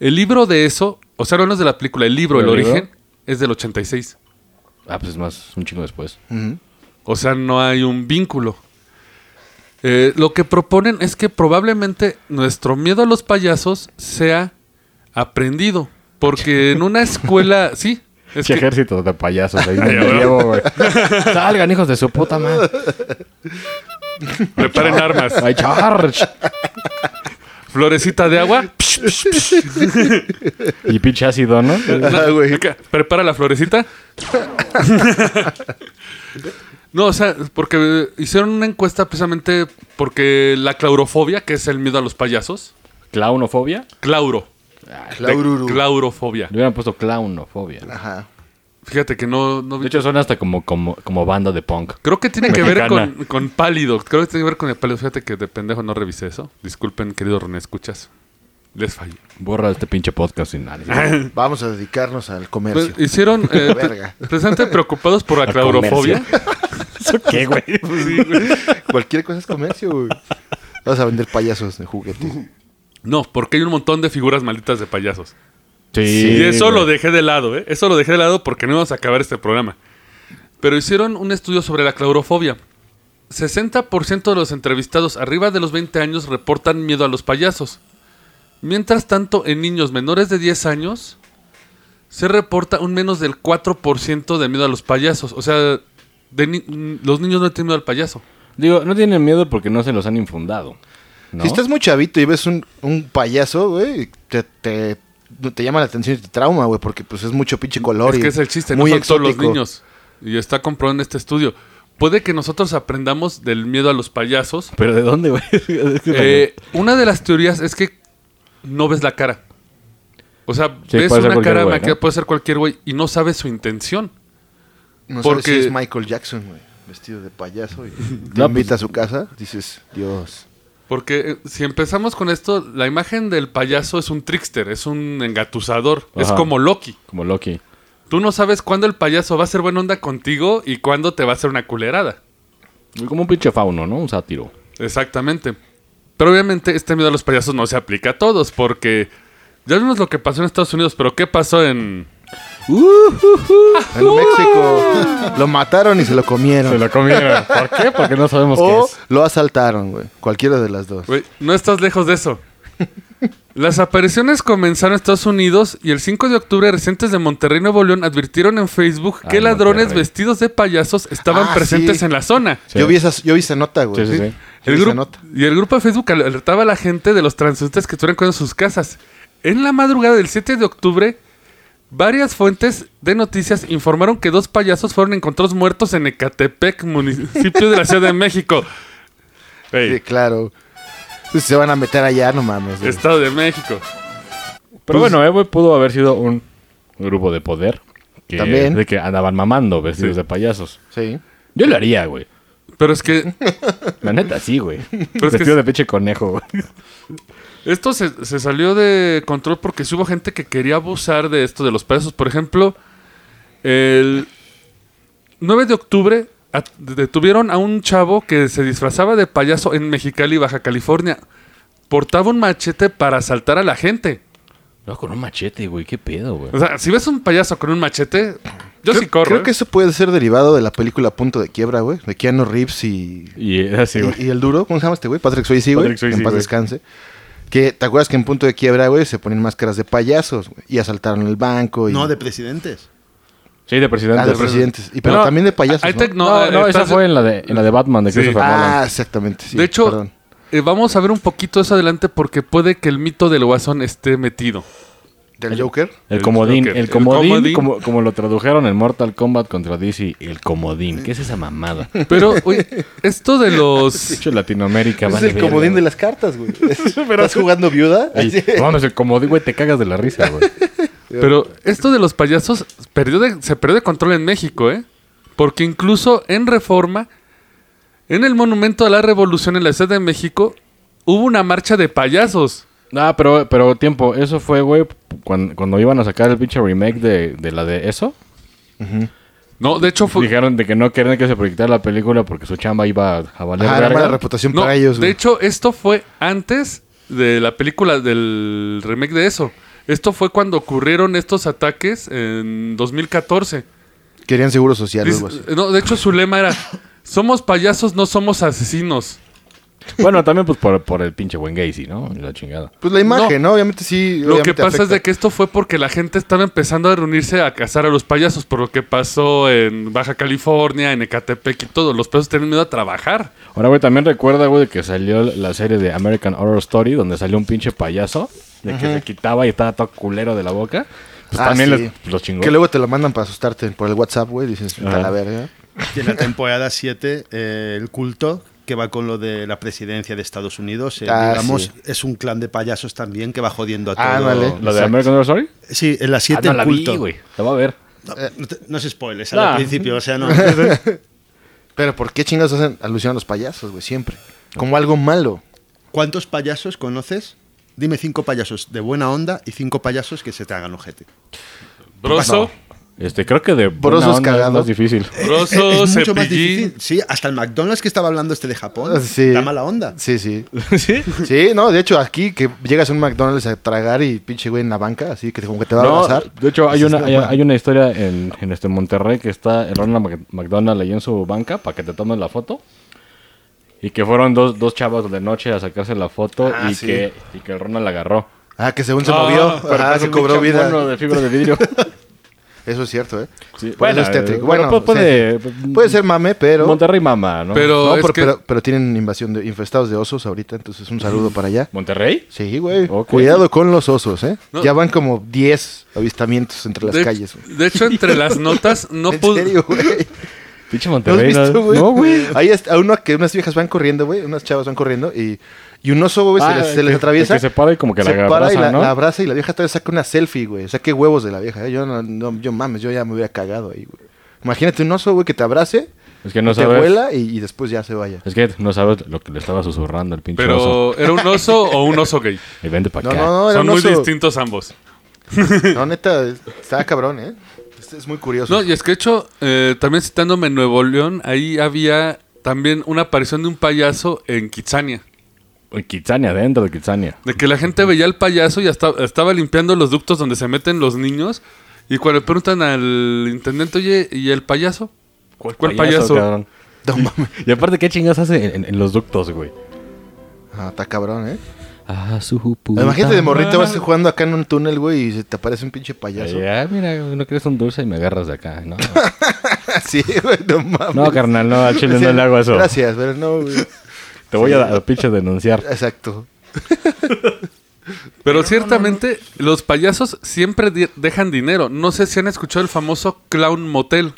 [SPEAKER 2] El libro de eso, o sea, no no es de la película, el libro,
[SPEAKER 4] ¿El
[SPEAKER 2] el,
[SPEAKER 4] libro?
[SPEAKER 2] origen, es del 86.
[SPEAKER 4] Ah, pues es más, un chingo después.
[SPEAKER 3] Ujú.
[SPEAKER 2] O sea, no hay un vínculo. Eh, lo que proponen es que probablemente nuestro miedo a los payasos sea aprendido. Porque en una escuela, sí. Es
[SPEAKER 4] Qué
[SPEAKER 2] que
[SPEAKER 4] ejército de payasos ahí me llevo, güey. Salgan, hijos de su puta madre.
[SPEAKER 2] preparen armas.
[SPEAKER 4] ¡Ay, charge!
[SPEAKER 2] Florecita de agua. psh,
[SPEAKER 4] Y pinche ácido, ¿no?
[SPEAKER 3] Ah, güey.
[SPEAKER 2] acá, Prepara la florecita. No, o sea, porque hicieron una encuesta precisamente porque la claurofobia, que es el miedo a los payasos.
[SPEAKER 4] ¿Clownofobia?
[SPEAKER 2] Clauro. de
[SPEAKER 3] Claururu.
[SPEAKER 2] claurofobia.
[SPEAKER 4] Le hubieran puesto clownofobia.
[SPEAKER 3] Ajá.
[SPEAKER 2] Fíjate que no, no vi-
[SPEAKER 4] De hecho, suena hasta como, como, como banda de punk.
[SPEAKER 2] Creo que tiene que ver
[SPEAKER 4] Mexicana.
[SPEAKER 2] con, con pálido. Creo que tiene que ver con el pálido. Fíjate que de pendejo no revisé eso. Disculpen, querido René, escuchas. Les fallé.
[SPEAKER 4] Borra este pinche podcast sin nada.
[SPEAKER 3] Vamos a dedicarnos al comercio.
[SPEAKER 2] Pues, hicieron eh,
[SPEAKER 3] Verga.
[SPEAKER 2] precisamente preocupados por la
[SPEAKER 4] Al
[SPEAKER 2] claurofobia.
[SPEAKER 4] ¿Eso qué, güey?
[SPEAKER 2] Sí, güey.
[SPEAKER 3] Cualquier cosa es comercio, güey. Vas a vender payasos de juguete.
[SPEAKER 2] No, porque hay un montón de figuras malditas de payasos.
[SPEAKER 4] Sí.
[SPEAKER 3] Eh,
[SPEAKER 2] y eso
[SPEAKER 4] güey.
[SPEAKER 2] lo dejé de lado, ¿eh? Eso lo dejé de lado porque no íbamos a acabar este programa. Pero hicieron un estudio sobre la claurofobia. 60% de los entrevistados arriba de los 20 años reportan miedo a los payasos. Mientras tanto, en niños menores de 10 años se reporta un menos del 4% de miedo a los payasos. O sea, de ni- los niños no tienen miedo al payaso.
[SPEAKER 4] Digo, no tienen miedo porque no se los han infundado. ¿no?
[SPEAKER 3] Si estás muy chavito y ves un, un payaso, güey, te, te, te llama la atención y te trauma, güey, porque pues es mucho pinche color.
[SPEAKER 2] Es
[SPEAKER 3] y
[SPEAKER 2] que es el chiste,
[SPEAKER 3] muy
[SPEAKER 2] no son todos los
[SPEAKER 3] exótico.
[SPEAKER 2] niños. Y está comprobado en este estudio. Puede que nosotros aprendamos del miedo a los payasos.
[SPEAKER 4] ¿Pero de dónde, güey? Es que
[SPEAKER 2] Eh, una de las teorías es que no ves la cara. O sea,
[SPEAKER 4] Sí,
[SPEAKER 2] ves
[SPEAKER 4] puede ser
[SPEAKER 2] una
[SPEAKER 4] cualquier
[SPEAKER 2] cara
[SPEAKER 4] güey,
[SPEAKER 2] maquillada,
[SPEAKER 4] ¿no?
[SPEAKER 2] puede ser cualquier güey, y no sabes su intención.
[SPEAKER 3] No
[SPEAKER 2] Porque-
[SPEAKER 3] porque es Michael Jackson, güey, vestido de payaso y te
[SPEAKER 4] No, pues,
[SPEAKER 3] invita a su casa, dices, Dios.
[SPEAKER 2] Porque eh, si empezamos con esto, la imagen del payaso es un trickster, es un engatusador, es
[SPEAKER 4] Ajá.
[SPEAKER 2] como Loki.
[SPEAKER 4] Como Loki.
[SPEAKER 2] Tú no sabes cuándo el payaso va a ser buena onda contigo y cuándo te va a hacer una culerada.
[SPEAKER 4] Como un pinche fauno, ¿no? Un sátiro.
[SPEAKER 2] Exactamente. Pero obviamente este miedo a los payasos no se aplica a todos, porque ya vimos lo que pasó en Estados Unidos, pero ¿qué pasó en...
[SPEAKER 3] En México lo mataron y se lo comieron.
[SPEAKER 4] Se lo comieron. ¿Por qué? Porque no sabemos qué
[SPEAKER 3] o
[SPEAKER 4] es.
[SPEAKER 3] lo asaltaron, güey. Cualquiera de las dos.
[SPEAKER 2] Güey, no estás lejos de eso. Las apariciones comenzaron en Estados Unidos y el 5 de octubre residentes de Monterrey, Nuevo León advirtieron en Facebook
[SPEAKER 4] Ah,
[SPEAKER 2] que ladrones
[SPEAKER 4] Monterrey.
[SPEAKER 2] vestidos de payasos estaban
[SPEAKER 3] Ah,
[SPEAKER 2] presentes
[SPEAKER 3] sí.
[SPEAKER 2] en la zona.
[SPEAKER 4] Sí.
[SPEAKER 3] Yo, vi esas, yo vi esa nota, güey.
[SPEAKER 4] Sí, sí, sí.
[SPEAKER 3] Yo
[SPEAKER 2] El
[SPEAKER 3] vi esa
[SPEAKER 2] grupo-
[SPEAKER 3] nota.
[SPEAKER 2] y el grupo de Facebook alertaba a la gente de los transeúntes que estuvieran en sus casas. En la madrugada del 7 de octubre, varias fuentes de noticias informaron que dos payasos fueron encontrados muertos en Ecatepec, municipio de la Ciudad de México. Ey,
[SPEAKER 3] Sí, claro. Si Se van a meter allá, no mames. güey.
[SPEAKER 2] Estado de México.
[SPEAKER 4] Pero bueno, eh, güey, pudo haber sido un grupo de poder. Que,
[SPEAKER 3] También.
[SPEAKER 4] De que andaban mamando vestidos
[SPEAKER 2] Sí.
[SPEAKER 4] de payasos.
[SPEAKER 3] Sí.
[SPEAKER 4] Yo lo haría, güey.
[SPEAKER 2] Pero es que
[SPEAKER 4] La neta, sí, güey.
[SPEAKER 2] Pero es que
[SPEAKER 4] Vestido
[SPEAKER 2] es-
[SPEAKER 4] de pinche conejo, güey.
[SPEAKER 2] Esto se, se salió de control porque sí hubo gente que quería abusar de esto, de los payasos. Por ejemplo, el 9 de octubre at- detuvieron a un chavo que se disfrazaba de payaso en Mexicali, Baja California. Portaba un machete para asaltar a la gente.
[SPEAKER 4] No, con un machete, güey. ¿Qué pedo, güey?
[SPEAKER 2] O sea, si ves un payaso con un machete, yo
[SPEAKER 3] creo,
[SPEAKER 2] sí corro.
[SPEAKER 3] creo
[SPEAKER 2] ¿eh?
[SPEAKER 3] que eso puede ser derivado de la película Punto de Quiebra, güey. De Keanu Reeves y,
[SPEAKER 4] Y eh, así, güey.
[SPEAKER 3] y, y el duro. ¿Cómo se llama este güey? Patrick Swayze, güey.
[SPEAKER 4] Patrick Swayze,
[SPEAKER 3] En paz
[SPEAKER 4] güey.
[SPEAKER 3] descanse. Que, ¿Te acuerdas que en Punto de Quiebra, güey, se ponían máscaras de payasos güey, y asaltaron el banco? Y,
[SPEAKER 5] No, de presidentes.
[SPEAKER 4] Sí, de presidente.
[SPEAKER 3] Ah, de presidentes. Y, pero
[SPEAKER 2] No,
[SPEAKER 3] también de payasos,
[SPEAKER 2] ahí
[SPEAKER 3] ¿no?
[SPEAKER 2] te- no,
[SPEAKER 4] No,
[SPEAKER 2] eh,
[SPEAKER 4] no, esa
[SPEAKER 2] estás-
[SPEAKER 4] fue en la de, en la de Batman, de
[SPEAKER 2] Sí.
[SPEAKER 4] Christopher
[SPEAKER 3] Ah,
[SPEAKER 4] Nolan.
[SPEAKER 3] exactamente. sí,
[SPEAKER 2] de hecho,
[SPEAKER 3] perdón.
[SPEAKER 2] eh, vamos a ver un poquito eso adelante porque puede que el mito del guasón esté metido.
[SPEAKER 3] ¿Del Joker?
[SPEAKER 4] El
[SPEAKER 2] el
[SPEAKER 4] comodín,
[SPEAKER 2] Joker.
[SPEAKER 4] el
[SPEAKER 2] El
[SPEAKER 4] comodín,
[SPEAKER 2] comodín.
[SPEAKER 4] Como, como lo tradujeron en Mortal Kombat contra DC, el comodín. ¿Qué es esa mamada?
[SPEAKER 2] Pero, oye, esto de los...
[SPEAKER 4] Pinche Latinoamérica,
[SPEAKER 3] Ese
[SPEAKER 4] vale
[SPEAKER 3] es el comodín de las cartas, güey. ¿Estás jugando viuda?
[SPEAKER 4] No, no es el comodín, güey, te cagas de la risa, güey.
[SPEAKER 2] Pero esto de los payasos perdió de- se perdió de control en México, ¿eh? Porque incluso en Reforma, en el Monumento a la Revolución en la Ciudad de México, hubo una marcha de payasos.
[SPEAKER 4] Ah, pero, pero tiempo, eso fue, güey, cuando, cuando iban a sacar el pinche remake de, de la de eso.
[SPEAKER 2] No, de hecho fue...
[SPEAKER 4] Dijeron de que no querían que se proyectara la película porque su chamba iba a valer
[SPEAKER 3] Ah, era
[SPEAKER 4] verga.
[SPEAKER 3] mala reputación
[SPEAKER 2] No,
[SPEAKER 3] para ellos,
[SPEAKER 2] de
[SPEAKER 3] güey.
[SPEAKER 2] hecho, esto fue antes de la película del remake de eso. Esto fue cuando ocurrieron estos ataques en 2014.
[SPEAKER 3] Querían seguro social o
[SPEAKER 2] Dice-
[SPEAKER 3] algo así.
[SPEAKER 2] no, de hecho, su lema era, somos payasos, no somos asesinos.
[SPEAKER 4] Bueno, también pues por, por el pinche buen Gacy, ¿no? Y La chingada.
[SPEAKER 3] Pues la imagen, ¿no? Obviamente sí.
[SPEAKER 2] Lo que
[SPEAKER 3] obviamente
[SPEAKER 2] pasa es
[SPEAKER 3] afecta.
[SPEAKER 2] de que esto fue porque la gente estaba empezando a reunirse a cazar a los payasos, por lo que pasó en Baja California, en Ecatepec y todo. Los payasos tenían miedo a trabajar.
[SPEAKER 4] Ahora, güey, también recuerda, güey, que salió la serie de American Horror Story, donde salió un pinche payaso, de que se quitaba y estaba todo culero de la boca. Pues
[SPEAKER 3] Ah,
[SPEAKER 4] también
[SPEAKER 3] sí.
[SPEAKER 4] les- pues, los chingó.
[SPEAKER 3] Que luego te lo mandan para asustarte por el WhatsApp, güey. Dices, "Vete a la verga.
[SPEAKER 5] Y en la temporada 7, eh, el culto, que va con lo de la presidencia de Estados Unidos, eh,
[SPEAKER 3] Ah,
[SPEAKER 5] digamos,
[SPEAKER 3] sí.
[SPEAKER 5] es un clan de payasos también que va jodiendo a todo.
[SPEAKER 3] Ah, vale.
[SPEAKER 4] ¿La de
[SPEAKER 3] Exacto.
[SPEAKER 4] American Horror Story?
[SPEAKER 5] Sí, en la
[SPEAKER 4] Ah,
[SPEAKER 5] 7
[SPEAKER 4] no,
[SPEAKER 5] el
[SPEAKER 4] la
[SPEAKER 5] culto.
[SPEAKER 4] vi, güey. La va a ver.
[SPEAKER 5] no, no te- no se spoiles
[SPEAKER 4] No.
[SPEAKER 5] al principio, o sea, no.
[SPEAKER 3] Pero ¿por qué chingados hacen alusión a los payasos, güey? Siempre. Como algo malo.
[SPEAKER 5] ¿Cuántos payasos conoces? Dime cinco payasos de buena onda y cinco payasos que se te hagan ojete.
[SPEAKER 2] Broso,
[SPEAKER 4] Este, creo que de
[SPEAKER 3] Por osos
[SPEAKER 4] buena onda es
[SPEAKER 3] cagados.
[SPEAKER 4] más difícil.
[SPEAKER 3] eh,
[SPEAKER 2] Broso, cepillín.
[SPEAKER 5] difícil. Sí, hasta el McDonald's que estaba hablando este de Japón.
[SPEAKER 3] Ah, Sí.
[SPEAKER 5] Da mala onda.
[SPEAKER 3] Sí, sí.
[SPEAKER 4] ¿Sí?
[SPEAKER 3] Sí, no, de hecho, aquí que llegas a un McDonald's a tragar y pinche güey en la banca, así que como que te va a
[SPEAKER 4] No,
[SPEAKER 3] abrazar.
[SPEAKER 4] de hecho, hay
[SPEAKER 3] Dices, "Ah,
[SPEAKER 4] una,
[SPEAKER 3] "No,
[SPEAKER 4] hay,
[SPEAKER 3] ma".
[SPEAKER 4] hay una historia en, en este Monterrey que está el Ronald Mac- McDonald ahí en su banca para que te tomes la foto. Y que fueron dos, dos chavas de noche a sacarse la foto
[SPEAKER 3] Ah,
[SPEAKER 4] y,
[SPEAKER 3] sí.
[SPEAKER 4] que, y que el Ronald la agarró.
[SPEAKER 3] Ah, que según se
[SPEAKER 2] Ah,
[SPEAKER 3] movió.
[SPEAKER 2] pero
[SPEAKER 3] Ajá,
[SPEAKER 4] Parece
[SPEAKER 3] se
[SPEAKER 4] un
[SPEAKER 3] cobró
[SPEAKER 4] pinche
[SPEAKER 3] vida.
[SPEAKER 4] mono de fibra de vidrio.
[SPEAKER 3] Eso es cierto, ¿eh?
[SPEAKER 4] Sí,
[SPEAKER 3] Por eso es tétrico.
[SPEAKER 4] eh,
[SPEAKER 3] Bueno,
[SPEAKER 4] pues puede,
[SPEAKER 3] sí. Puede ser mame, pero...
[SPEAKER 4] Monterrey mama, ¿no?
[SPEAKER 2] Pero
[SPEAKER 3] No,
[SPEAKER 2] es
[SPEAKER 3] pero,
[SPEAKER 2] que-
[SPEAKER 3] pero, pero tienen invasión de infestados de osos ahorita, entonces un saludo para allá.
[SPEAKER 4] ¿Monterrey?
[SPEAKER 3] Sí, güey.
[SPEAKER 4] Ok.
[SPEAKER 3] Cuidado con los osos, ¿eh?
[SPEAKER 2] No.
[SPEAKER 3] Ya van como 10 avistamientos entre las
[SPEAKER 2] de,
[SPEAKER 3] calles. güey.
[SPEAKER 2] de hecho, entre las notas no
[SPEAKER 3] ¿En
[SPEAKER 2] pude...
[SPEAKER 3] serio, güey?
[SPEAKER 4] Pinche
[SPEAKER 3] ¿No has
[SPEAKER 4] Monterrey.
[SPEAKER 3] visto, güey?
[SPEAKER 4] No, güey.
[SPEAKER 3] Ahí está uno que unas viejas van corriendo, güey. Unas chavas van corriendo y, y un oso, güey,
[SPEAKER 4] Ah,
[SPEAKER 3] se, les, se
[SPEAKER 4] el
[SPEAKER 3] les
[SPEAKER 4] que-
[SPEAKER 3] atraviesa.
[SPEAKER 4] el que se para y como que la
[SPEAKER 3] se para y
[SPEAKER 4] abraza,
[SPEAKER 3] la,
[SPEAKER 4] ¿no?
[SPEAKER 3] la abraza y la vieja todavía saca una selfie, güey. O sea, qué huevos de la vieja. ¿eh? Yo no, no- yo mames, yo ya me hubiera cagado ahí, güey. Imagínate un oso, güey, que te abrace,
[SPEAKER 4] Es que no
[SPEAKER 3] te
[SPEAKER 4] sabes.
[SPEAKER 3] vuela y, y después ya se vaya.
[SPEAKER 4] Es que no sabes lo que le estaba susurrando el pinche oso.
[SPEAKER 2] Pero, ¿era un oso o un oso gay?
[SPEAKER 4] Y vente
[SPEAKER 3] No,
[SPEAKER 4] para acá.
[SPEAKER 3] no, no, era
[SPEAKER 2] Son
[SPEAKER 3] un
[SPEAKER 2] muy
[SPEAKER 3] oso.
[SPEAKER 2] distintos ambos.
[SPEAKER 3] No, neta, estaba cabrón, ¿eh? Este es muy curioso.
[SPEAKER 2] No, y es que de hecho, eh, también citándome en Nuevo León, ahí había también una aparición de un payaso en Kitsania.
[SPEAKER 4] Kitsania, adentro de Kitsania.
[SPEAKER 2] De que la gente veía al payaso y hasta, estaba limpiando los ductos donde se meten los niños. Y cuando le preguntan al intendente, oye, ¿y el payaso? ¿Cuál, cuál payaso?
[SPEAKER 4] cabrón? Y aparte, ¿qué chingas hace en, en los ductos, güey?
[SPEAKER 3] Ah, está cabrón, ¿eh?
[SPEAKER 4] Ah, su
[SPEAKER 3] Imagínate de morrito, vas jugando acá en un túnel, güey, y se te aparece un pinche payaso.
[SPEAKER 4] Ya, "Ah, mira, no quieres un dulce y me agarras de acá, ¿no?
[SPEAKER 3] sí, güey, no mames.
[SPEAKER 4] No, carnal, no, al chile no le hago eso.
[SPEAKER 3] Gracias, pero no, güey.
[SPEAKER 4] Te voy a, a pinche denunciar.
[SPEAKER 3] Exacto.
[SPEAKER 2] Pero ciertamente los payasos siempre di- dejan dinero. No sé si han escuchado el famoso clown motel.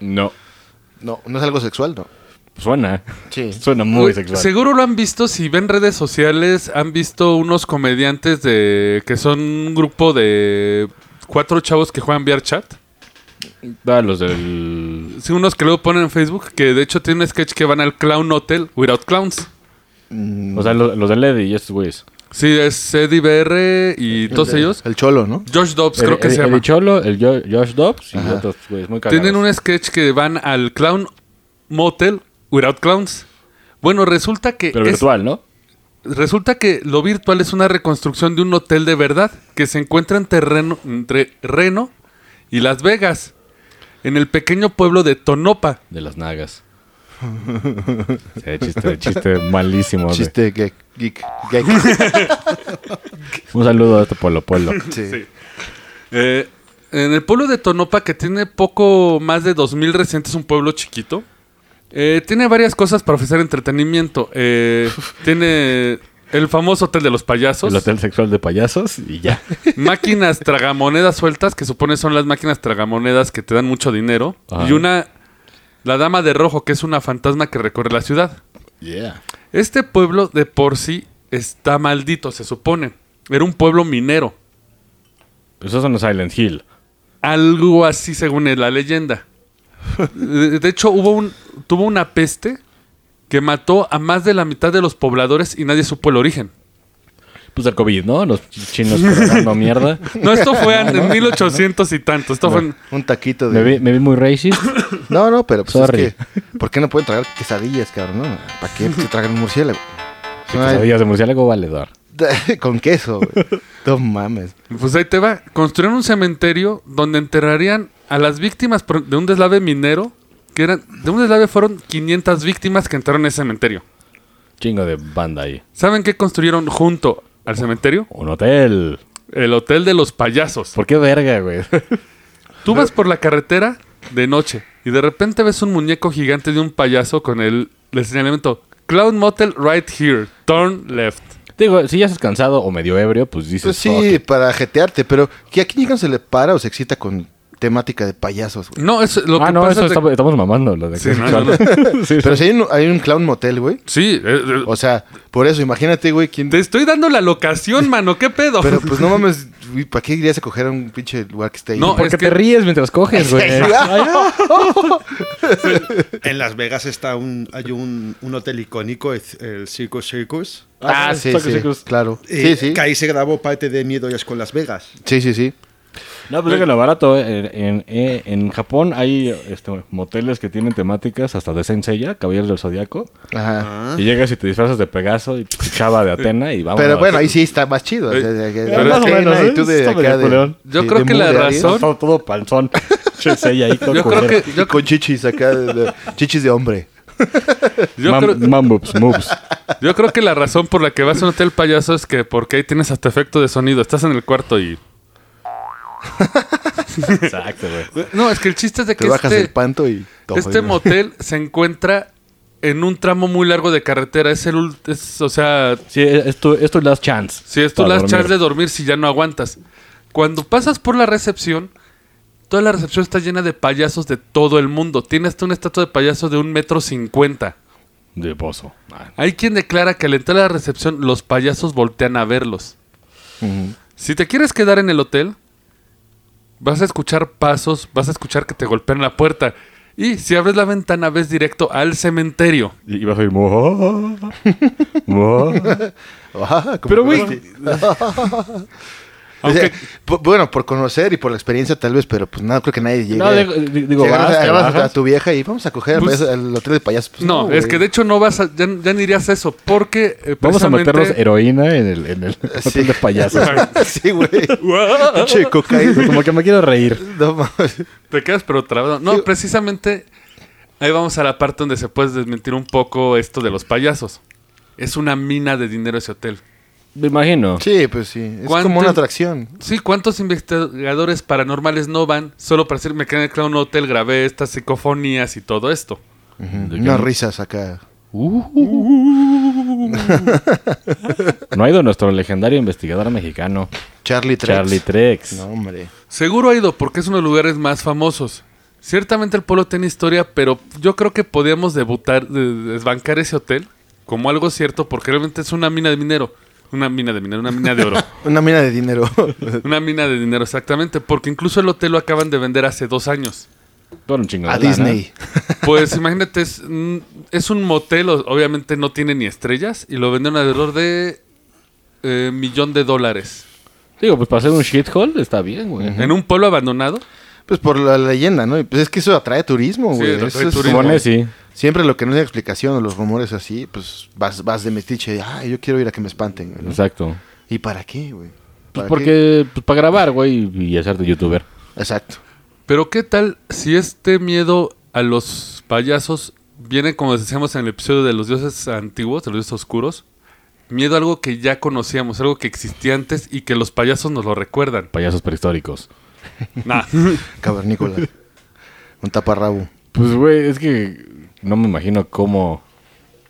[SPEAKER 4] No.
[SPEAKER 3] No, no es algo sexual, ¿no?
[SPEAKER 4] Suena.
[SPEAKER 3] Sí.
[SPEAKER 4] Suena muy
[SPEAKER 2] Uy,
[SPEAKER 4] sexual.
[SPEAKER 2] Seguro lo han visto si ven redes sociales, han visto unos comediantes de que son un grupo de cuatro chavos que juegan VR chat.
[SPEAKER 4] Ah, los del...
[SPEAKER 2] Sí, unos que luego ponen en Facebook que de hecho tiene un sketch que van al clown hotel without clowns.
[SPEAKER 4] O sea, los, los del Eddie y estos güeyes.
[SPEAKER 2] Sí, es Eddie BR y todos ellos.
[SPEAKER 3] El cholo, ¿no?
[SPEAKER 2] Josh Dobbs Pues creo
[SPEAKER 4] El-
[SPEAKER 2] que
[SPEAKER 4] el,
[SPEAKER 2] se
[SPEAKER 4] el
[SPEAKER 2] llama.
[SPEAKER 4] Cholo, el Jo- Josh Dobbs y
[SPEAKER 3] Ajá.
[SPEAKER 4] otros güeyes muy cagados.
[SPEAKER 2] Tienen un sketch que van al clown motel without clowns. Bueno, resulta que
[SPEAKER 4] Pero
[SPEAKER 2] es-
[SPEAKER 4] virtual, ¿no?
[SPEAKER 2] resulta que lo virtual es una reconstrucción de un hotel de verdad que se encuentra en terreno, entre Reno y Las Vegas, en el pequeño pueblo de Tonopa.
[SPEAKER 4] De las nagas. Sí, chiste, chiste malísimo. güey.
[SPEAKER 3] Chiste geek. geek, geek.
[SPEAKER 4] Un saludo a este Polo Polo.
[SPEAKER 3] Sí.
[SPEAKER 2] Eh, en el pueblo de Tonopa, que tiene poco más de 2.000 residentes, un pueblo chiquito, eh, tiene varias cosas para ofrecer entretenimiento. Eh, tiene el famoso Hotel de los Payasos,
[SPEAKER 4] El hotel sexual de payasos y ya.
[SPEAKER 2] máquinas tragamonedas sueltas, que supone son las máquinas tragamonedas que te dan mucho dinero,
[SPEAKER 4] Ajá.
[SPEAKER 2] y una, la Dama de Rojo, que es una fantasma que recorre la ciudad.
[SPEAKER 4] Yeah.
[SPEAKER 2] Este pueblo de por sí está maldito, se supone. Era un pueblo minero.
[SPEAKER 4] Pues Esos son los Silent Hill.
[SPEAKER 2] Algo así según la leyenda. De de hecho, hubo un, tuvo una peste que mató a más de la mitad de los pobladores y nadie supo el origen.
[SPEAKER 4] Pues el COVID, ¿no? Los chinos cargando mierda.
[SPEAKER 2] No, esto fue en en 1800 y tanto. Esto fue en-
[SPEAKER 3] Un taquito
[SPEAKER 4] Me
[SPEAKER 3] de.
[SPEAKER 4] vi, me vi muy racist.
[SPEAKER 3] No, no, pero pues
[SPEAKER 4] Sorry.
[SPEAKER 3] es que. ¿Por qué no pueden tragar quesadillas, cabrón? No? ¿Para qué se tragan un murciélago?
[SPEAKER 4] Sí, pues, Quesadillas de murciélago valedor.
[SPEAKER 3] Con queso, güey. No mames.
[SPEAKER 2] Pues ahí te va. Construyeron un cementerio donde enterrarían a las víctimas por- de un deslave minero, que eran... De un deslave fueron 500 víctimas que entraron en ese cementerio.
[SPEAKER 4] Chingo de banda ahí.
[SPEAKER 2] ¿Saben qué construyeron junto al cementerio?
[SPEAKER 4] Un hotel.
[SPEAKER 2] El Hotel de los Payasos.
[SPEAKER 4] ¿Por qué verga, güey?
[SPEAKER 2] Tú vas por la carretera de noche y de repente ves un muñeco gigante de un payaso con el, el señalamiento Clown Motel right here, turn left.
[SPEAKER 4] Digo, si ya estás cansado o medio ebrio, pues dices.
[SPEAKER 3] Pues sí,
[SPEAKER 4] "Fuck it".
[SPEAKER 3] para jetearte, pero ¿que aquí ninguno se le para o se excita con temática de payasos, güey?
[SPEAKER 2] No, eso, lo
[SPEAKER 4] ah,
[SPEAKER 2] que
[SPEAKER 4] no,
[SPEAKER 2] pasa
[SPEAKER 4] eso
[SPEAKER 2] es de-
[SPEAKER 4] estamos, estamos mamando. Lo de
[SPEAKER 2] Sí,
[SPEAKER 4] que-
[SPEAKER 2] no, no, no.
[SPEAKER 4] Sí,
[SPEAKER 3] Pero si hay un, hay un clown motel, güey.
[SPEAKER 2] Sí, eh, eh,
[SPEAKER 3] O sea, por eso, imagínate, güey, quién.
[SPEAKER 2] te estoy dando la locación, mano, ¿qué pedo?
[SPEAKER 3] Pero pues no mames, güey, ¿para qué irías a coger a un pinche lugar que esté ahí?
[SPEAKER 2] No,
[SPEAKER 4] Porque
[SPEAKER 2] es que-
[SPEAKER 4] te ríes mientras coges, güey.
[SPEAKER 5] En Las Vegas está un, hay un, un hotel icónico, es el Circus Circus.
[SPEAKER 2] eh,
[SPEAKER 3] Ah,
[SPEAKER 4] Ah,
[SPEAKER 3] sí,
[SPEAKER 4] saca,
[SPEAKER 3] sí,
[SPEAKER 4] saca.
[SPEAKER 3] claro.
[SPEAKER 5] eh,
[SPEAKER 3] Sí, sí.
[SPEAKER 5] Que ahí se grabó parte de Miedo y con Las Vegas.
[SPEAKER 3] Sí, sí, sí.
[SPEAKER 4] No, pues es que lo barato. eh, En, eh, en Japón hay este, moteles que tienen temáticas hasta de Senseiya, Caballeros del Zodiaco.
[SPEAKER 3] Ajá.
[SPEAKER 5] Ah.
[SPEAKER 4] Y llegas y te disfrazas de Pegaso y chava de Atena y
[SPEAKER 2] Ah,
[SPEAKER 4] vamos.
[SPEAKER 3] Pero bueno, ahí sí está más chido. o sea, de- de-
[SPEAKER 4] Pero
[SPEAKER 3] de
[SPEAKER 4] más o
[SPEAKER 3] Atena
[SPEAKER 4] menos, ¿eh?
[SPEAKER 3] y tú de
[SPEAKER 4] está
[SPEAKER 3] acá
[SPEAKER 4] medio
[SPEAKER 3] de-
[SPEAKER 4] culerón.
[SPEAKER 2] Yo
[SPEAKER 3] de-
[SPEAKER 2] creo
[SPEAKER 3] de
[SPEAKER 2] que la
[SPEAKER 3] Mood de Aries.
[SPEAKER 2] razón-
[SPEAKER 4] Todo, todo panzón. Senseiya ahí todo
[SPEAKER 2] yo creo
[SPEAKER 4] culero.
[SPEAKER 2] que, yo,
[SPEAKER 3] Con chichis acá, de- de- chichis de hombre.
[SPEAKER 2] yo
[SPEAKER 4] Mam-
[SPEAKER 2] creo,
[SPEAKER 4] mam boobs, moves.
[SPEAKER 2] yo creo que la razón por la que vas a un hotel payaso es que porque ahí tienes hasta efecto de sonido, estás en el cuarto y...
[SPEAKER 4] Exacto, güey.
[SPEAKER 2] No, es que el chiste es de que
[SPEAKER 3] Te bajas
[SPEAKER 2] este-
[SPEAKER 3] el panto y... todo,
[SPEAKER 2] Este
[SPEAKER 3] ¿no?
[SPEAKER 2] motel se encuentra en un tramo muy largo de carretera. Es el ul- es, o sea,
[SPEAKER 4] Sí, esto, esto es last chance.
[SPEAKER 2] si es tu
[SPEAKER 4] Para
[SPEAKER 2] last chance de
[SPEAKER 4] dormir.
[SPEAKER 2] dormir si ya no aguantas. Cuando pasas por la recepción, toda la recepción está llena de payasos de todo el mundo. Tiene hasta una estatua de payaso de un metro cincuenta.
[SPEAKER 4] De pozo. Ah,
[SPEAKER 2] Hay quien declara que al entrar a la recepción los payasos voltean a verlos. Si te quieres quedar en el hotel, vas a escuchar pasos, vas a escuchar que te golpean la puerta. Y si abres la ventana, ves directo al cementerio.
[SPEAKER 4] Y, y vas a ir. "Mua, mua".
[SPEAKER 3] Ah, como
[SPEAKER 4] Pero,
[SPEAKER 3] que-
[SPEAKER 4] güey.
[SPEAKER 2] Aunque-
[SPEAKER 3] bu- bueno, por conocer y por la experiencia tal vez, pero pues nada, creo que nadie llegue.
[SPEAKER 4] No, digo- di- digo,
[SPEAKER 3] Llegar,
[SPEAKER 4] vas,
[SPEAKER 3] o sea,
[SPEAKER 4] te
[SPEAKER 3] vas
[SPEAKER 4] bajas.
[SPEAKER 3] a tu vieja y vamos a coger
[SPEAKER 2] Pues-
[SPEAKER 3] al- al hotel de payasos. Pues,
[SPEAKER 2] No, es
[SPEAKER 3] güey.
[SPEAKER 2] que de hecho no vas a, ya, ya ni dirías eso, porque eh,
[SPEAKER 4] Vamos a
[SPEAKER 2] precisamente-
[SPEAKER 4] meternos heroína en el, en el hotel de payasos.
[SPEAKER 3] sí, güey. Pinche cocaína.
[SPEAKER 4] Como que me quiero reír.
[SPEAKER 3] No mames.
[SPEAKER 2] Te quedas pero trabado. No, precisamente ahí vamos a la parte donde se puede desmentir un poco esto de los payasos. Es una mina de dinero ese hotel.
[SPEAKER 4] Me imagino.
[SPEAKER 3] Sí, pues sí. Es
[SPEAKER 2] ¿Cuánto-
[SPEAKER 3] como una atracción.
[SPEAKER 2] Sí, ¿cuántos investigadores paranormales no van solo para decir, me quedé en un hotel, grabé estas psicofonías y todo esto?
[SPEAKER 4] De que-
[SPEAKER 3] Unas risas acá.
[SPEAKER 4] Uh. No ha ido nuestro legendario investigador mexicano,
[SPEAKER 3] Charlie Trex.
[SPEAKER 4] Charlie Trex.
[SPEAKER 3] No, hombre.
[SPEAKER 2] Seguro ha ido porque es uno de los lugares más famosos. Ciertamente el pueblo tiene historia, pero yo creo que podíamos debutar, de- desbancar ese hotel como algo cierto porque realmente es una mina de minero. Una mina de minero, una mina de oro.
[SPEAKER 3] Una mina de dinero.
[SPEAKER 2] una mina de dinero, exactamente. Porque incluso el hotel lo acaban de vender hace dos años.
[SPEAKER 4] Todo un chingo de
[SPEAKER 3] a
[SPEAKER 4] lana.
[SPEAKER 3] Disney.
[SPEAKER 2] Pues imagínate, es, mm, es un motel, o- obviamente no tiene ni estrellas y lo vendieron alrededor de eh, millón de dólares.
[SPEAKER 4] Digo, pues para hacer un shithole está bien, güey.
[SPEAKER 2] En un pueblo abandonado.
[SPEAKER 3] Pues por la leyenda, ¿no? Y Pues es que eso atrae turismo,
[SPEAKER 2] Sí,
[SPEAKER 3] güey.
[SPEAKER 2] atrae
[SPEAKER 3] Eso es-
[SPEAKER 2] turismo.
[SPEAKER 4] Supone, sí.
[SPEAKER 3] Siempre lo que no es explicación o los rumores así, pues vas, vas de metiche. Ah, yo quiero ir a que me espanten. güey, ¿no?
[SPEAKER 4] Exacto.
[SPEAKER 3] ¿Y para qué, güey?
[SPEAKER 4] Pues
[SPEAKER 3] ¿Para qué?
[SPEAKER 4] porque, pues para grabar, güey, y y hacerte youtuber.
[SPEAKER 3] Exacto.
[SPEAKER 2] Pero ¿qué tal si este miedo a los payasos viene, como decíamos en el episodio de los dioses antiguos, de los dioses oscuros? Miedo a algo que ya conocíamos, algo que existía antes y que los payasos nos lo recuerdan.
[SPEAKER 4] Payasos prehistóricos.
[SPEAKER 2] Nah.
[SPEAKER 3] Cavernícola. Un taparrabo.
[SPEAKER 4] Pues, güey, es que no me imagino cómo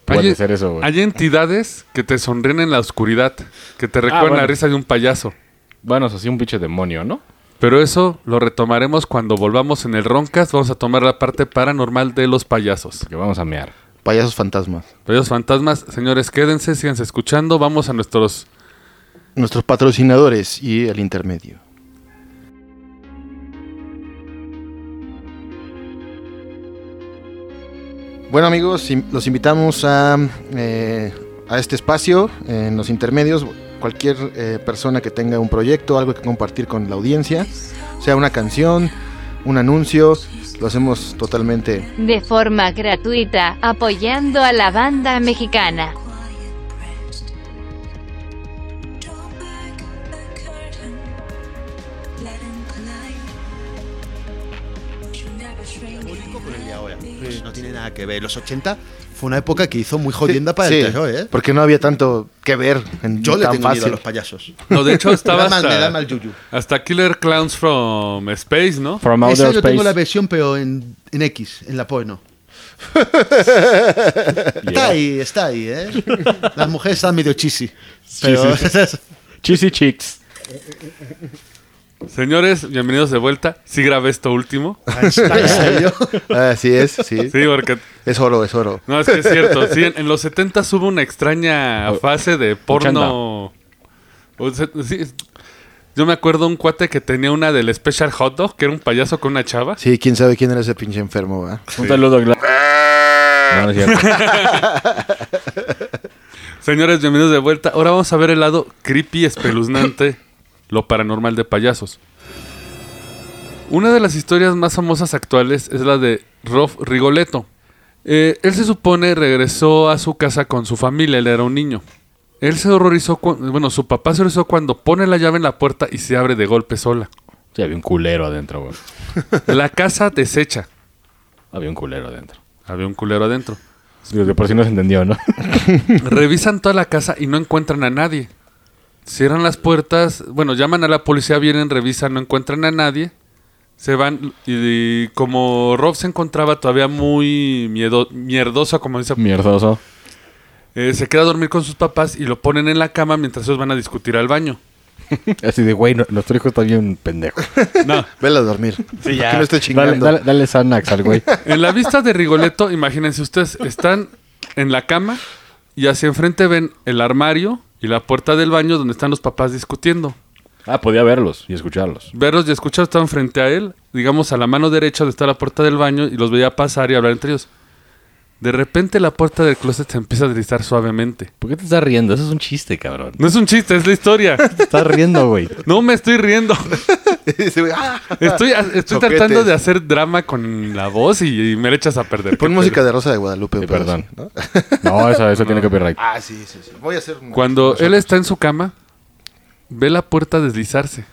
[SPEAKER 4] puede
[SPEAKER 2] Hay-
[SPEAKER 4] ser eso, güey.
[SPEAKER 2] Hay entidades que te sonríen en la oscuridad, que te recuerdan
[SPEAKER 5] Ah,
[SPEAKER 2] la
[SPEAKER 4] bueno.
[SPEAKER 2] risa de un payaso.
[SPEAKER 4] Bueno, eso sí, un pinche demonio, ¿no?
[SPEAKER 2] Pero eso lo retomaremos cuando volvamos en el Roncast. Vamos a tomar la parte paranormal de los payasos.
[SPEAKER 4] Porque vamos a mear.
[SPEAKER 3] Payasos fantasmas.
[SPEAKER 2] Payasos fantasmas, señores, quédense, síganse escuchando. Vamos a nuestros
[SPEAKER 3] Nuestros patrocinadores y el intermedio. Bueno amigos, in- los invitamos a, eh, a este espacio eh, en los intermedios. Cualquier eh, persona que tenga un proyecto, algo que compartir con la audiencia, sea una canción, un anuncio, lo hacemos totalmente
[SPEAKER 6] de forma gratuita, apoyando a la banda mexicana.
[SPEAKER 5] con el de ahora. Pues no tiene nada que ver. Los 80 fue una época que hizo muy jodienda para
[SPEAKER 3] Sí,
[SPEAKER 5] el terror, ¿eh?
[SPEAKER 3] Porque no había tanto que ver en
[SPEAKER 5] Yo le
[SPEAKER 3] tan
[SPEAKER 5] tengo miedo a
[SPEAKER 3] fácil.
[SPEAKER 5] los payasos.
[SPEAKER 2] No, de hecho
[SPEAKER 5] Me
[SPEAKER 2] estaba
[SPEAKER 5] da mal, me da
[SPEAKER 2] hasta,
[SPEAKER 5] mal yuyu.
[SPEAKER 2] hasta Killer Clowns from Space, ¿no?
[SPEAKER 4] From
[SPEAKER 5] Esa
[SPEAKER 4] Outer
[SPEAKER 5] yo
[SPEAKER 4] Space.
[SPEAKER 5] tengo la versión, pero en, en X, en la porno. Está
[SPEAKER 4] Yeah.
[SPEAKER 5] ahí, está ahí, ¿eh? Las mujeres están medio chisi. Pero
[SPEAKER 4] Cheesy Chicks.
[SPEAKER 2] Señores, bienvenidos de vuelta. Sí grabé esto último.
[SPEAKER 5] ¿En serio?
[SPEAKER 3] Así es, sí.
[SPEAKER 2] Sí, porque...
[SPEAKER 3] Es oro, es oro.
[SPEAKER 2] No, es que es cierto. Sí, en, en los 70 hubo una extraña fase de porno... O sea, sí, es- yo me acuerdo un cuate que tenía una del Special Hot Dog, que era un payaso con una chava.
[SPEAKER 3] Sí, quién sabe quién era ese pinche enfermo, ¿verdad?
[SPEAKER 4] Un saludo, Gla- No, no es cierto.
[SPEAKER 2] Señores, bienvenidos de vuelta. Ahora vamos a ver el lado creepy, espeluznante, lo paranormal de payasos. Una de las historias más famosas actuales es la de Rolf Rigoletto. Eh, él se supone regresó a su casa con su familia, él era un niño. Él se horrorizó, cu- bueno, su papá se horrorizó cuando pone la llave en la puerta y se abre de golpe sola.
[SPEAKER 4] Sí, había un culero adentro, güey.
[SPEAKER 2] La casa deshecha.
[SPEAKER 4] Había un culero adentro.
[SPEAKER 2] Había un culero adentro.
[SPEAKER 4] Digo, que por si no se entendió, ¿no?
[SPEAKER 2] Revisan toda la casa y no encuentran a nadie. Cierran las puertas, bueno, llaman a la policía, vienen, revisan, no encuentran a nadie. Se van y, y como Rob se encontraba todavía muy miedo, mierdoso, como dice,
[SPEAKER 4] Mierdoso.
[SPEAKER 2] eh, se queda a dormir con sus papás y lo ponen en la cama mientras ellos van a discutir al baño.
[SPEAKER 4] Así de, güey, no- nuestro hijo está bien pendejo.
[SPEAKER 2] No,
[SPEAKER 3] Vela a dormir. Que no esté
[SPEAKER 4] Dale,
[SPEAKER 3] chingando.
[SPEAKER 4] dale, dale Xanax al güey.
[SPEAKER 2] en la vista de Rigoletto, imagínense ustedes, están en la cama y hacia enfrente ven el armario y la puerta del baño donde están los papás discutiendo.
[SPEAKER 4] Ah, podía verlos y escucharlos.
[SPEAKER 2] Verlos y escuchar estaban frente a él, digamos a la mano derecha donde está la puerta del baño, y los veía pasar y hablar entre ellos. De repente la puerta del closet se empieza a deslizar suavemente.
[SPEAKER 4] ¿Por qué te estás riendo? Eso es un chiste, cabrón.
[SPEAKER 2] No es un chiste, es la historia.
[SPEAKER 4] Te estás riendo, güey.
[SPEAKER 2] No me estoy riendo.
[SPEAKER 3] Ese güey, ¡ah!
[SPEAKER 2] Estoy, estoy
[SPEAKER 3] Soquetes.
[SPEAKER 2] tratando de hacer drama con la voz y, y me la echas a perder.
[SPEAKER 3] Pon música de Rosa de Guadalupe.
[SPEAKER 4] Sí,
[SPEAKER 3] un pedazo,
[SPEAKER 4] perdón.
[SPEAKER 3] ¿no?
[SPEAKER 4] No, eso, eso tiene copyright.
[SPEAKER 3] Ah, sí, sí, sí. Voy a hacer... una-
[SPEAKER 2] Cuando él está en su cama, ve la puerta deslizarse.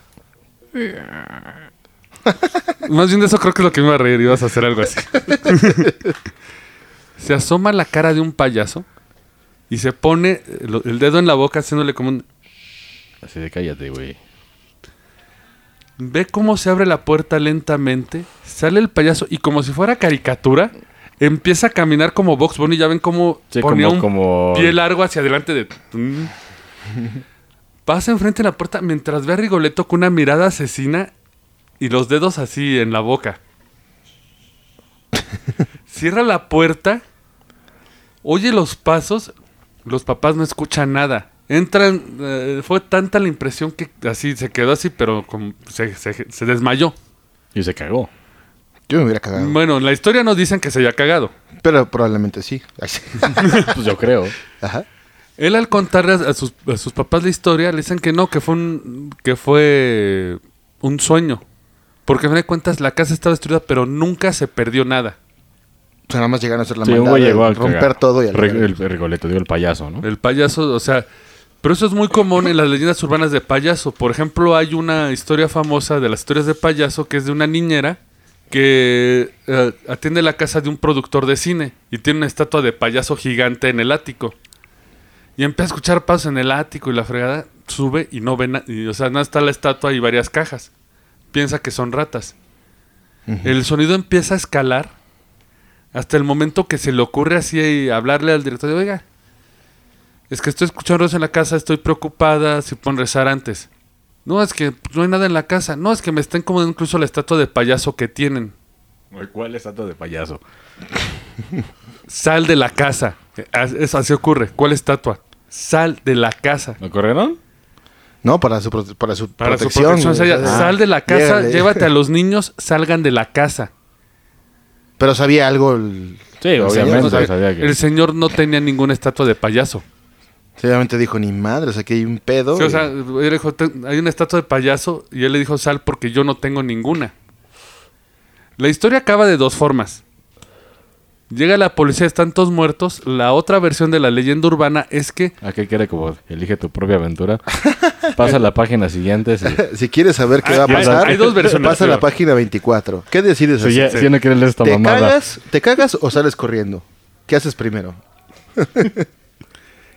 [SPEAKER 2] Más bien de eso creo que es lo que me iba a reír, ibas a hacer algo así. se asoma la cara de un payaso y se pone el, el dedo en la boca haciéndole como un...
[SPEAKER 4] Así de cállate, güey.
[SPEAKER 2] Ve cómo se abre la puerta lentamente, sale el payaso y como si fuera caricatura, empieza a caminar como Box Bunny. Ya ven cómo
[SPEAKER 4] Sí,
[SPEAKER 2] ponía
[SPEAKER 4] como-
[SPEAKER 2] un
[SPEAKER 4] como-
[SPEAKER 2] pie largo hacia adelante de... Pasa enfrente de la puerta mientras ve a Rigoletto con una mirada asesina y los dedos así en la boca. Cierra la puerta, oye los pasos, los papás no escuchan nada. Entran, eh, fue tanta la impresión que así se quedó así, pero con- se, se- se desmayó.
[SPEAKER 4] Y se cagó.
[SPEAKER 3] Yo me hubiera cagado.
[SPEAKER 2] Bueno, en la historia no dicen que se haya cagado.
[SPEAKER 3] Pero probablemente sí. Ay, sí.
[SPEAKER 4] Pues yo creo.
[SPEAKER 3] Ajá.
[SPEAKER 2] Él al contarle a sus, a sus papás la historia, le dicen que no, que fue un, que fue un sueño. Porque a fin de cuentas la casa estaba destruida, pero nunca se perdió nada.
[SPEAKER 3] O sea, nada más llegaron a hacer la
[SPEAKER 4] sí, un
[SPEAKER 3] maldad
[SPEAKER 4] güey
[SPEAKER 3] de
[SPEAKER 4] llegó a
[SPEAKER 3] romper
[SPEAKER 4] cagar.
[SPEAKER 3] todo y al...
[SPEAKER 4] Re- el, el Rigoletto, digo, el payaso, ¿no?
[SPEAKER 2] El payaso, o sea, pero eso es muy común en las leyendas urbanas de payaso. Por ejemplo, hay una historia famosa de las historias de payaso que es de una niñera que eh, atiende la casa de un productor de cine y tiene una estatua de payaso gigante en el ático. Y empieza a escuchar pasos en el ático y la fregada sube y no ve nada. O sea, nada está la estatua y varias cajas. Piensa que son ratas. El sonido empieza a escalar hasta el momento que se le ocurre así eh, hablarle al director de, oiga, es que estoy escuchando ruidos en la casa, estoy preocupada si pueden rezar antes. No, es que no hay nada en la casa. No, es que me está incomodando incluso la estatua de payaso que tienen.
[SPEAKER 4] ¿Cuál es tanto de payaso?
[SPEAKER 2] Sal de la casa. Eh, as- es- así ocurre. ¿Cuál estatua? Sal de la casa.
[SPEAKER 4] ¿Lo corrieron?
[SPEAKER 3] No, para su, prote- para su
[SPEAKER 2] Para su
[SPEAKER 3] protección.
[SPEAKER 2] protección,
[SPEAKER 3] güey.
[SPEAKER 2] o sea,
[SPEAKER 3] Ah,
[SPEAKER 2] sal de la casa,
[SPEAKER 3] llégale.
[SPEAKER 2] llévate a los niños, salgan de la casa.
[SPEAKER 3] Pero sabía algo el...
[SPEAKER 4] Sí,
[SPEAKER 3] el
[SPEAKER 4] obviamente.
[SPEAKER 3] señor, ¿no?
[SPEAKER 4] Yo sabía que-
[SPEAKER 2] El señor no tenía ninguna estatua de payaso.
[SPEAKER 3] Seguramente dijo, ni madre, o sea, aquí hay un pedo.
[SPEAKER 2] Sí, o sea,
[SPEAKER 3] güey.
[SPEAKER 2] él dijo, "Ten- hay una estatua de payaso y él le dijo sal porque yo no tengo ninguna. La historia acaba de dos formas. Llega la policía, están todos muertos. La otra versión de la leyenda urbana es que
[SPEAKER 4] Aquel que era como elige tu propia aventura. Pasa a la página siguiente. Si,
[SPEAKER 3] Si quieres saber qué
[SPEAKER 2] Hay-
[SPEAKER 3] va a
[SPEAKER 2] hay-
[SPEAKER 3] pasar,
[SPEAKER 2] hay dos versiones,
[SPEAKER 3] pasa a
[SPEAKER 2] creo.
[SPEAKER 3] la página 24. ¿Qué decides
[SPEAKER 4] si ya,
[SPEAKER 3] hacer?
[SPEAKER 4] si ya no quieres leer esta
[SPEAKER 3] ¿Te
[SPEAKER 4] mamada.
[SPEAKER 3] cagas, ¿Te cagas o sales corriendo? ¿Qué haces primero?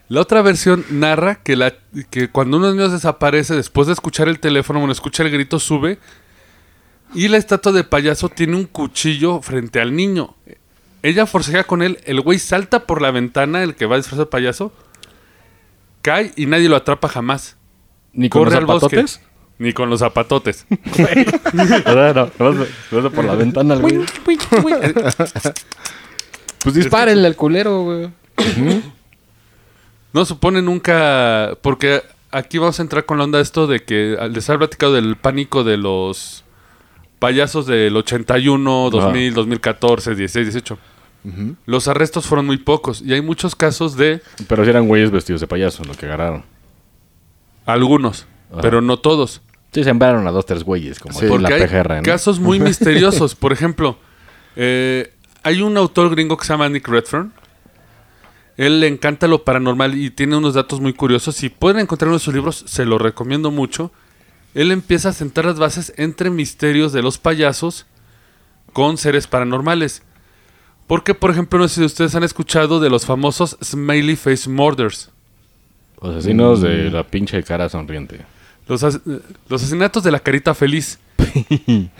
[SPEAKER 2] La otra versión narra que, la, que cuando uno de los niños desaparece, después de escuchar el teléfono, bueno, escucha el grito, sube. Y la estatua de payaso tiene un cuchillo frente al niño. Ella forcejea con él, el güey salta por la ventana, el que va disfrazado de payaso, cae y nadie lo atrapa jamás.
[SPEAKER 4] Ni con
[SPEAKER 2] Corre
[SPEAKER 4] los
[SPEAKER 2] al bosque.
[SPEAKER 4] zapatotes.
[SPEAKER 2] Ni con los zapatotes.
[SPEAKER 4] O sea, no, vas- vas por la ventana, güey. Pues dispárenle al culero, güey.
[SPEAKER 2] No supone nunca. Porque aquí vamos a entrar con la onda de esto de que les había platicado del pánico de los payasos del 81, 2000, 2014, 16, 18. Los arrestos fueron muy pocos y hay muchos casos de
[SPEAKER 4] Pero si eran güeyes vestidos de payaso lo que agarraron.
[SPEAKER 2] algunos,
[SPEAKER 4] Ajá.
[SPEAKER 2] pero no todos.
[SPEAKER 4] Sí, sembraron a dos, tres güeyes, como
[SPEAKER 3] Sí.
[SPEAKER 4] en la
[SPEAKER 2] Porque hay
[SPEAKER 4] PGR, ¿no?
[SPEAKER 2] casos muy misteriosos. Por ejemplo, eh, hay un autor gringo que se llama Nick Redfern. Él le encanta lo paranormal y tiene unos datos muy curiosos. Si pueden encontrar uno de sus libros, se lo recomiendo mucho. Él empieza a sentar las bases entre misterios de los payasos con seres paranormales. Porque, por ejemplo, no sé si ustedes han escuchado de los famosos Smiley Face Murders.
[SPEAKER 4] Los asesinos de la pinche cara sonriente.
[SPEAKER 2] Los, as- eh, los asesinatos de la carita feliz. sí,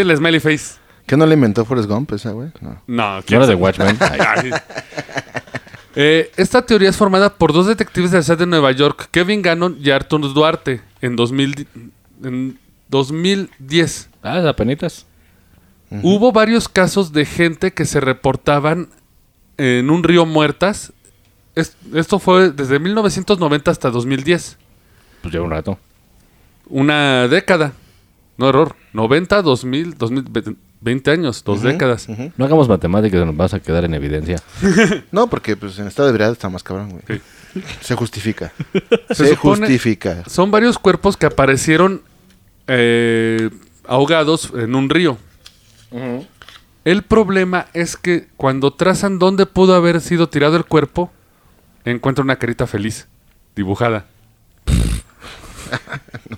[SPEAKER 2] el Smiley Face.
[SPEAKER 3] ¿Qué no le inventó Forrest Gump esa, güey? No.
[SPEAKER 2] No,
[SPEAKER 4] ¿No era de Watchmen? Ay,
[SPEAKER 2] Ay. Eh, esta teoría es formada por dos detectives del SAT de Nueva York, Kevin Gannon y Arthur Duarte, en, 2000 di- en 2010.
[SPEAKER 4] Ah, las penitas.
[SPEAKER 2] Hubo varios casos de gente que se reportaban en un río muertas. Es- esto fue desde 1990 hasta 2010.
[SPEAKER 4] Pues lleva un rato.
[SPEAKER 2] Una década. No error. 90, 2000, 2000, 20 años, dos décadas.
[SPEAKER 4] No hagamos matemáticas, nos vas a quedar en evidencia.
[SPEAKER 3] No, porque pues en estado de ebriedad está más cabrón, güey. Se justifica.
[SPEAKER 2] Se
[SPEAKER 3] Se,
[SPEAKER 2] supone-
[SPEAKER 3] justifica.
[SPEAKER 2] Son varios cuerpos que aparecieron eh, ahogados en un río. El problema es que cuando trazan dónde pudo haber sido tirado el cuerpo, encuentran una carita feliz, dibujada.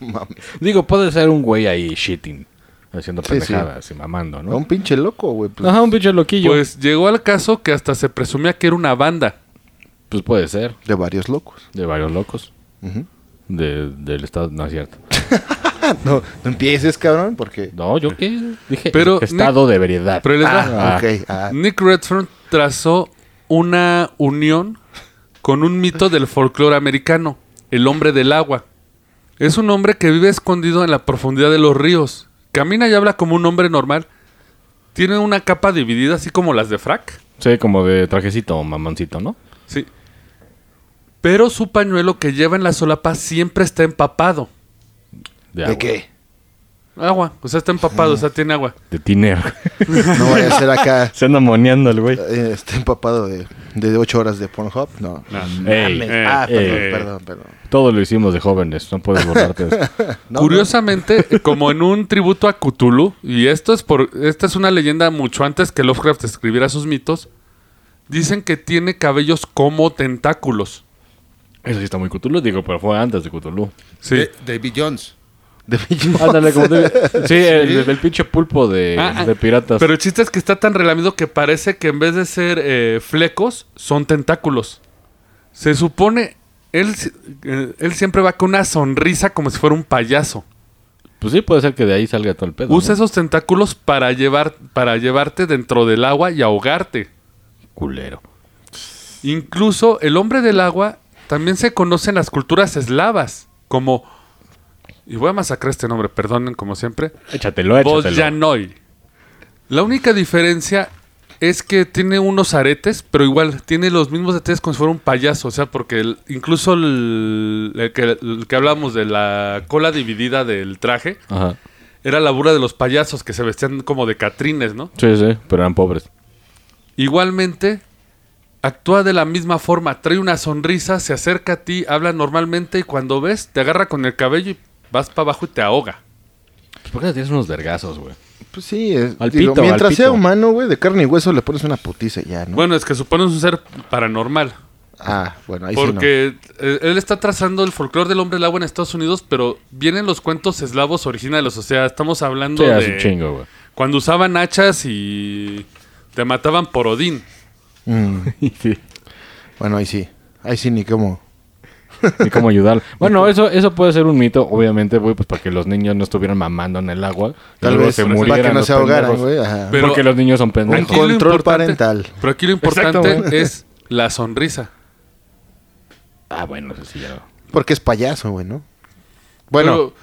[SPEAKER 3] No mames.
[SPEAKER 4] Digo, puede ser un güey ahí shitting, haciendo
[SPEAKER 3] Sí,
[SPEAKER 4] pendejadas y mamando,
[SPEAKER 3] A
[SPEAKER 4] ¿no?
[SPEAKER 3] un pinche loco, güey. pues.
[SPEAKER 4] Ajá, un pinche loquillo. Pues,
[SPEAKER 2] Pues llegó al caso que hasta se presumía que era una banda.
[SPEAKER 4] Pues puede ser,
[SPEAKER 3] De varios locos.
[SPEAKER 4] de varios locos.
[SPEAKER 3] Ujú.
[SPEAKER 4] de- del estado, no es cierto.
[SPEAKER 3] Ah, no, no empieces, cabrón, porque.
[SPEAKER 4] No, yo qué dije,
[SPEAKER 2] Pero-
[SPEAKER 4] estado de veriedad.
[SPEAKER 2] Pero les va.
[SPEAKER 3] Ah,
[SPEAKER 4] Ah.
[SPEAKER 3] ok. ah.
[SPEAKER 2] Nick Redfern trazó una unión con un mito del folclore americano, el hombre del agua. Es un hombre que vive escondido en la profundidad de los ríos. Camina y habla como un hombre normal. Tiene una capa dividida así como las de frac.
[SPEAKER 4] Sí, como de trajecito o mamancito, ¿no?
[SPEAKER 2] Sí. Pero su pañuelo que lleva en la solapa siempre está empapado.
[SPEAKER 4] De,
[SPEAKER 3] ¿De
[SPEAKER 4] agua.
[SPEAKER 3] qué?
[SPEAKER 2] Agua, o sea, está empapado, o sea, tiene agua.
[SPEAKER 4] De tiner.
[SPEAKER 3] No vaya a ser acá
[SPEAKER 4] Se anda moneando el güey.
[SPEAKER 3] eh, este empapado de, de 8 horas de Pornhub. No.
[SPEAKER 4] Ey,
[SPEAKER 2] Eh,
[SPEAKER 3] ah, perdón,
[SPEAKER 4] eh.
[SPEAKER 3] perdón, perdón.
[SPEAKER 4] todo lo hicimos de jóvenes, no puedes borrarte de eso.
[SPEAKER 3] No,
[SPEAKER 2] Curiosamente, como en un tributo a Cthulhu, y esto es por, esta es una leyenda mucho antes que Lovecraft escribiera sus mitos, dicen que tiene cabellos como tentáculos.
[SPEAKER 4] Eso sí está muy Cthulhu, digo, pero fue antes de Cthulhu.
[SPEAKER 2] Sí.
[SPEAKER 3] Eh,
[SPEAKER 5] De- David Jones.
[SPEAKER 3] de pinche-
[SPEAKER 4] Ándale, como te... Sí, el, el pinche pulpo de,
[SPEAKER 2] Ah,
[SPEAKER 4] de piratas.
[SPEAKER 2] Pero el chiste es que está tan relamido que parece que en vez de ser eh, flecos, son tentáculos. Se supone, él, si- eh, él siempre va con una sonrisa como si fuera un payaso.
[SPEAKER 4] Pues sí, puede ser que de ahí salga todo el pedo.
[SPEAKER 2] Usa
[SPEAKER 4] ¿no?
[SPEAKER 2] esos tentáculos para, llevar, para llevarte dentro del agua y ahogarte.
[SPEAKER 4] culero.
[SPEAKER 2] Incluso el hombre del agua también se conoce en las culturas eslavas, como. Y voy a masacrar este nombre, perdonen, como siempre.
[SPEAKER 4] Échatelo, échatelo.
[SPEAKER 2] Bosjanoi. La única diferencia es que tiene unos aretes, pero igual tiene los mismos aretes como si fuera un payaso. O sea, porque el- incluso el, el que, el que hablamos de la cola dividida del traje
[SPEAKER 4] Ajá.
[SPEAKER 2] era la burla de los payasos que se vestían como de catrines, ¿no?
[SPEAKER 4] Sí, sí, pero eran pobres.
[SPEAKER 2] Igualmente, actúa de la misma forma, trae una sonrisa, se acerca a ti, habla normalmente y cuando ves, te agarra con el cabello y vas para abajo y te ahoga.
[SPEAKER 4] Pues, ¿Por qué le tienes unos vergazos, güey?
[SPEAKER 3] Pues sí, es-
[SPEAKER 4] Al
[SPEAKER 3] digo,
[SPEAKER 4] pito, al
[SPEAKER 3] mientras sea
[SPEAKER 4] pito.
[SPEAKER 3] humano, güey, de carne y hueso le pones una putiza y ya, ¿no?
[SPEAKER 2] Bueno, es que supone un ser paranormal.
[SPEAKER 3] ah, bueno, ahí sí.
[SPEAKER 2] Porque eh, él está trazando el folclore del hombre del agua en Estados Unidos, pero vienen los cuentos eslavos originales. O sea, estamos hablando
[SPEAKER 4] Sí,
[SPEAKER 2] de
[SPEAKER 4] así chingo, güey.
[SPEAKER 2] cuando usaban hachas y te mataban por Odín.
[SPEAKER 3] No. Mm, bueno, ahí sí. Ahí sí, ni cómo.
[SPEAKER 4] Y cómo ayudar. Bueno, eso, eso puede ser un mito, obviamente, güey, pues para que los niños no estuvieran mamando en el agua. y
[SPEAKER 3] Tal
[SPEAKER 4] luego
[SPEAKER 3] vez
[SPEAKER 4] se
[SPEAKER 3] para que
[SPEAKER 4] murieran
[SPEAKER 3] no
[SPEAKER 4] los
[SPEAKER 3] se ahogaran,
[SPEAKER 4] pendejos.
[SPEAKER 3] güey. ajá.
[SPEAKER 2] Pero-
[SPEAKER 4] Porque los niños son pendejos.
[SPEAKER 3] Aquí- control
[SPEAKER 2] importante-
[SPEAKER 3] parental.
[SPEAKER 2] Pero aquí lo importante
[SPEAKER 4] Exacto, güey.
[SPEAKER 2] es la sonrisa.
[SPEAKER 4] Ah, bueno, eso sí ya.
[SPEAKER 3] Porque es payaso, güey, ¿no? Bueno,
[SPEAKER 2] Pero-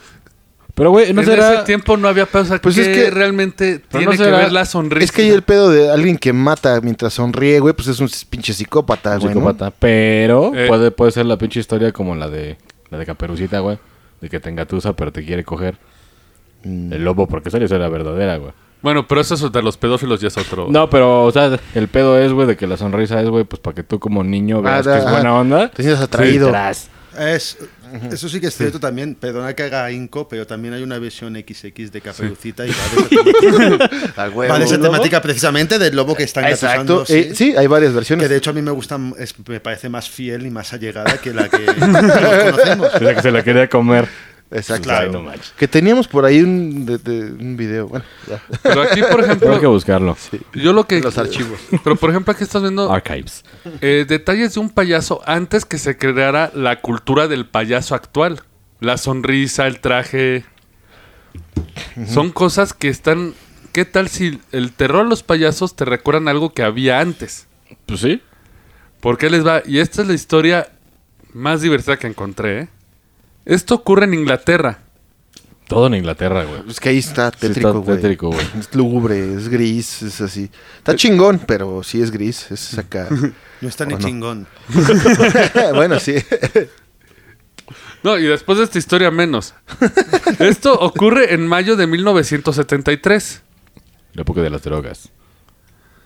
[SPEAKER 4] Pero, güey, no
[SPEAKER 2] en
[SPEAKER 4] será.
[SPEAKER 2] ese tiempo no había pausa.
[SPEAKER 3] Pues es
[SPEAKER 2] que
[SPEAKER 3] que-
[SPEAKER 2] realmente tiene
[SPEAKER 4] no
[SPEAKER 2] que
[SPEAKER 4] será-
[SPEAKER 2] ver la sonrisa.
[SPEAKER 3] Es que ahí el pedo de alguien que mata mientras sonríe, güey, pues es un pinche
[SPEAKER 4] Ah,
[SPEAKER 3] psicópata, güey. ¿no?
[SPEAKER 4] psicópata. Pero
[SPEAKER 2] Eh.
[SPEAKER 4] puede, puede ser la pinche historia como la de la de Caperucita, güey. De que te engatusa, pero te quiere coger. El lobo, porque esa es la verdadera, güey.
[SPEAKER 2] Bueno, pero eso es de los pedófilos ya es otro.
[SPEAKER 4] No, pero, o sea, el pedo es, güey, de que la sonrisa es, güey, pues para que tú como niño veas
[SPEAKER 3] Ah,
[SPEAKER 4] que es
[SPEAKER 3] ah,
[SPEAKER 4] buena onda.
[SPEAKER 3] Te sientas atraído.
[SPEAKER 4] Tras.
[SPEAKER 5] Es, eso sí que es cierto también. Perdona que haga inco, pero también hay una versión XX de Caperucita y va de esa temática,
[SPEAKER 3] Al huevo.
[SPEAKER 5] va de esa
[SPEAKER 3] ¿Lobo?
[SPEAKER 5] temática precisamente del lobo que están
[SPEAKER 3] Exacto.
[SPEAKER 5] cazando.
[SPEAKER 3] Eh, Sí. hay varias versiones.
[SPEAKER 5] Que de hecho a mí me gusta, es- me parece más fiel y más allegada que la que todos conocemos.
[SPEAKER 4] O sea, que se la quería comer.
[SPEAKER 3] Exacto.
[SPEAKER 5] Claro.
[SPEAKER 4] No manches.
[SPEAKER 3] Que teníamos por ahí un, de- de- un video. Bueno, ya.
[SPEAKER 2] Pero aquí, por
[SPEAKER 4] Tengo que
[SPEAKER 2] ejemplo,
[SPEAKER 4] buscarlo.
[SPEAKER 2] yo lo que.
[SPEAKER 3] Los archivos.
[SPEAKER 2] Pero por ejemplo, aquí estás viendo
[SPEAKER 4] Archives.
[SPEAKER 2] eh, detalles de un payaso antes que se creara la cultura del payaso actual. La sonrisa, el traje. Son cosas que están. ¿Qué tal si el terror a los payasos te recuerdan algo que había antes?
[SPEAKER 4] Pues sí.
[SPEAKER 2] ¿Por qué les va? Y esta es la historia más divertida que encontré, ¿eh? Esto ocurre en Inglaterra.
[SPEAKER 4] Todo en Inglaterra, güey.
[SPEAKER 3] Es Pues que ahí está
[SPEAKER 4] Sí, está
[SPEAKER 3] tétrico, güey.
[SPEAKER 4] tétrico, güey.
[SPEAKER 3] es lúgubre, es gris, es así. Está chingón, pero sí es gris. Es acá.
[SPEAKER 5] No está ni
[SPEAKER 3] ¿O no?
[SPEAKER 5] chingón.
[SPEAKER 3] bueno, sí.
[SPEAKER 2] No, y después de esta historia menos. Esto ocurre en mayo de 1973.
[SPEAKER 4] La época de las drogas.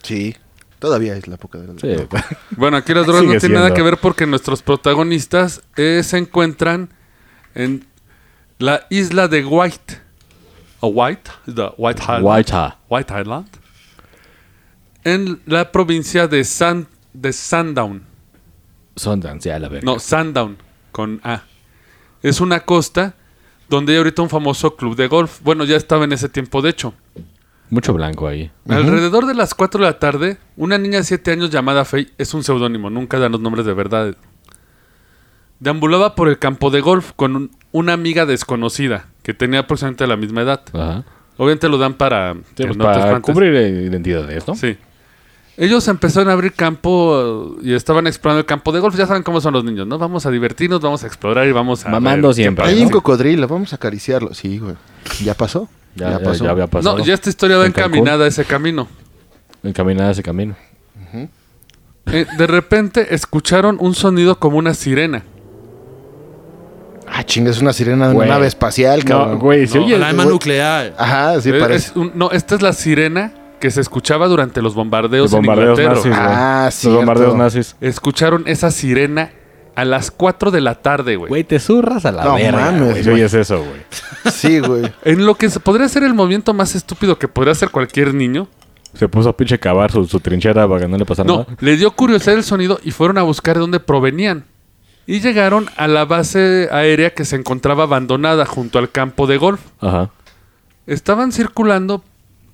[SPEAKER 3] Sí. Todavía es la época de la
[SPEAKER 4] Sí.
[SPEAKER 2] Bueno, aquí las drogas no
[SPEAKER 4] Sigue
[SPEAKER 2] tienen nada
[SPEAKER 4] siendo.
[SPEAKER 2] que ver porque nuestros protagonistas eh, se encuentran en la isla de White. ¿O White? The White Island.
[SPEAKER 4] White Island.
[SPEAKER 2] White Island. En la provincia de, San, de Sandown.
[SPEAKER 4] Sundance, ya la verga.
[SPEAKER 2] No, Sandown, con A. Es una costa donde hay ahorita un famoso club de golf. Bueno, ya estaba en ese tiempo, de hecho.
[SPEAKER 4] Mucho blanco ahí.
[SPEAKER 2] Alrededor de las 4 de la tarde, una niña de 7 años llamada Faye, es un seudónimo, nunca dan los nombres de verdad, deambulaba por el campo de golf con un- una amiga desconocida que tenía aproximadamente la misma edad.
[SPEAKER 4] Ajá.
[SPEAKER 2] Obviamente lo dan para,
[SPEAKER 4] Sí,
[SPEAKER 2] que
[SPEAKER 4] pues
[SPEAKER 2] no te
[SPEAKER 4] para
[SPEAKER 2] espantes.
[SPEAKER 4] cubrir eh, identidades, ¿no?
[SPEAKER 2] Sí. Ellos empezaron a abrir campo eh, y estaban explorando el campo de golf. Ya saben cómo son los niños, ¿no? Vamos a divertirnos, vamos a explorar y vamos a.
[SPEAKER 4] Mamando
[SPEAKER 2] ver qué
[SPEAKER 4] siempre,
[SPEAKER 2] pasa.
[SPEAKER 3] Hay
[SPEAKER 4] ¿no?
[SPEAKER 3] un cocodrilo, vamos a acariciarlo. Sí, güey. ¿Ya pasó?
[SPEAKER 4] Ya, ya, ya había pasado.
[SPEAKER 2] No, ya esta historia va
[SPEAKER 4] Pues En Cancún.
[SPEAKER 2] encaminada a ese camino.
[SPEAKER 4] Encaminada ese camino.
[SPEAKER 2] Eh, de repente escucharon un sonido como una sirena.
[SPEAKER 3] Ah, chinga, es una sirena de
[SPEAKER 4] Güey.
[SPEAKER 3] una nave espacial, cabrón.
[SPEAKER 4] No, güey, si
[SPEAKER 7] No,
[SPEAKER 4] oye.
[SPEAKER 7] la arma
[SPEAKER 3] güey.
[SPEAKER 7] nuclear.
[SPEAKER 3] Ajá, sí
[SPEAKER 2] Eh,
[SPEAKER 3] parece.
[SPEAKER 2] es un- no, esta es la sirena que se escuchaba durante los bombardeos,
[SPEAKER 4] Los bombardeos
[SPEAKER 2] en
[SPEAKER 4] nazis.
[SPEAKER 2] Inglaterra.
[SPEAKER 4] güey.
[SPEAKER 3] Ah,
[SPEAKER 4] Los
[SPEAKER 3] cierto.
[SPEAKER 4] bombardeos nazis.
[SPEAKER 2] Escucharon esa sirena a las 4 de la tarde, güey.
[SPEAKER 4] Güey, te zurras a la
[SPEAKER 3] No
[SPEAKER 4] verga.
[SPEAKER 3] mames,
[SPEAKER 4] güey, si
[SPEAKER 3] güey.
[SPEAKER 4] oyes eso, güey.
[SPEAKER 3] Sí, güey.
[SPEAKER 2] En lo que se podría ser el movimiento más estúpido que podría hacer cualquier niño.
[SPEAKER 4] Se puso a pinche cavar su, su trinchera para que no le pasara
[SPEAKER 2] No,
[SPEAKER 4] nada.
[SPEAKER 2] les dio curiosidad el sonido y fueron a buscar de dónde provenían. Y llegaron a la base aérea que se encontraba abandonada junto al campo de golf.
[SPEAKER 4] Ajá.
[SPEAKER 2] Estaban circulando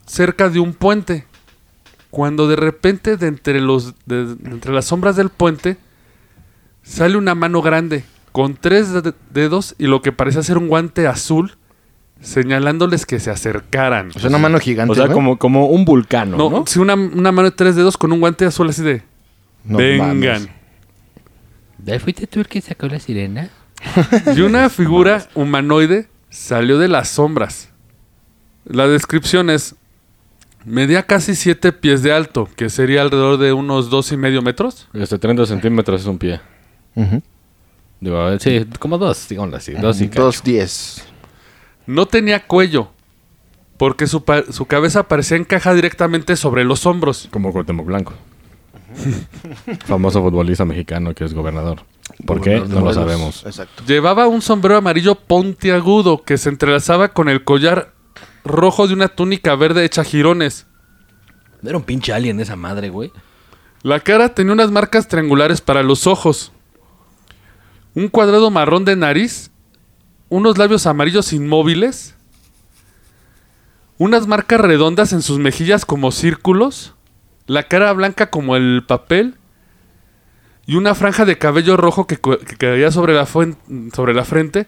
[SPEAKER 2] cerca de un puente. Cuando de repente de entre, los, de- de entre las sombras del puente sale una mano grande con tres de- dedos y lo que parece ser un guante azul señalándoles que se acercaran.
[SPEAKER 3] O sea, una mano gigante.
[SPEAKER 4] O sea,
[SPEAKER 3] ¿no?
[SPEAKER 4] como, como un vulcano,
[SPEAKER 2] No,
[SPEAKER 4] ¿no?
[SPEAKER 2] si una, una mano de tres dedos con un guante azul así de...
[SPEAKER 3] No
[SPEAKER 2] vengan.
[SPEAKER 3] mames.
[SPEAKER 7] ¿Fuiste tú el que sacó la sirena?
[SPEAKER 2] Y una figura humanoide salió de las sombras. La descripción es: medía casi 7 pies de alto, que sería alrededor de unos dos y medio metros.
[SPEAKER 4] Este 30 centímetros es un pie.
[SPEAKER 3] Ujú.
[SPEAKER 4] Digo, a ver, sí, como dos, digámoslo así. Mm, Dos y cacho.
[SPEAKER 3] Dos diez.
[SPEAKER 2] No tenía cuello, porque su, pa- su cabeza parecía encajar directamente sobre los hombros.
[SPEAKER 4] Como Cuauhtémoc Blanco. Famoso futbolista mexicano que es gobernador. ¿Por qué? No lo
[SPEAKER 3] Morelos.
[SPEAKER 4] sabemos.
[SPEAKER 3] Exacto.
[SPEAKER 2] Llevaba un sombrero amarillo pontiagudo que se entrelazaba con el collar rojo de una túnica verde hecha jirones.
[SPEAKER 7] Era un pinche alien esa madre, güey.
[SPEAKER 2] La cara tenía unas marcas triangulares para los ojos, un cuadrado marrón de nariz, unos labios amarillos inmóviles, unas marcas redondas en sus mejillas como círculos, la cara blanca como el papel y una franja de cabello rojo que, cu- que caía sobre la, fuen- sobre la frente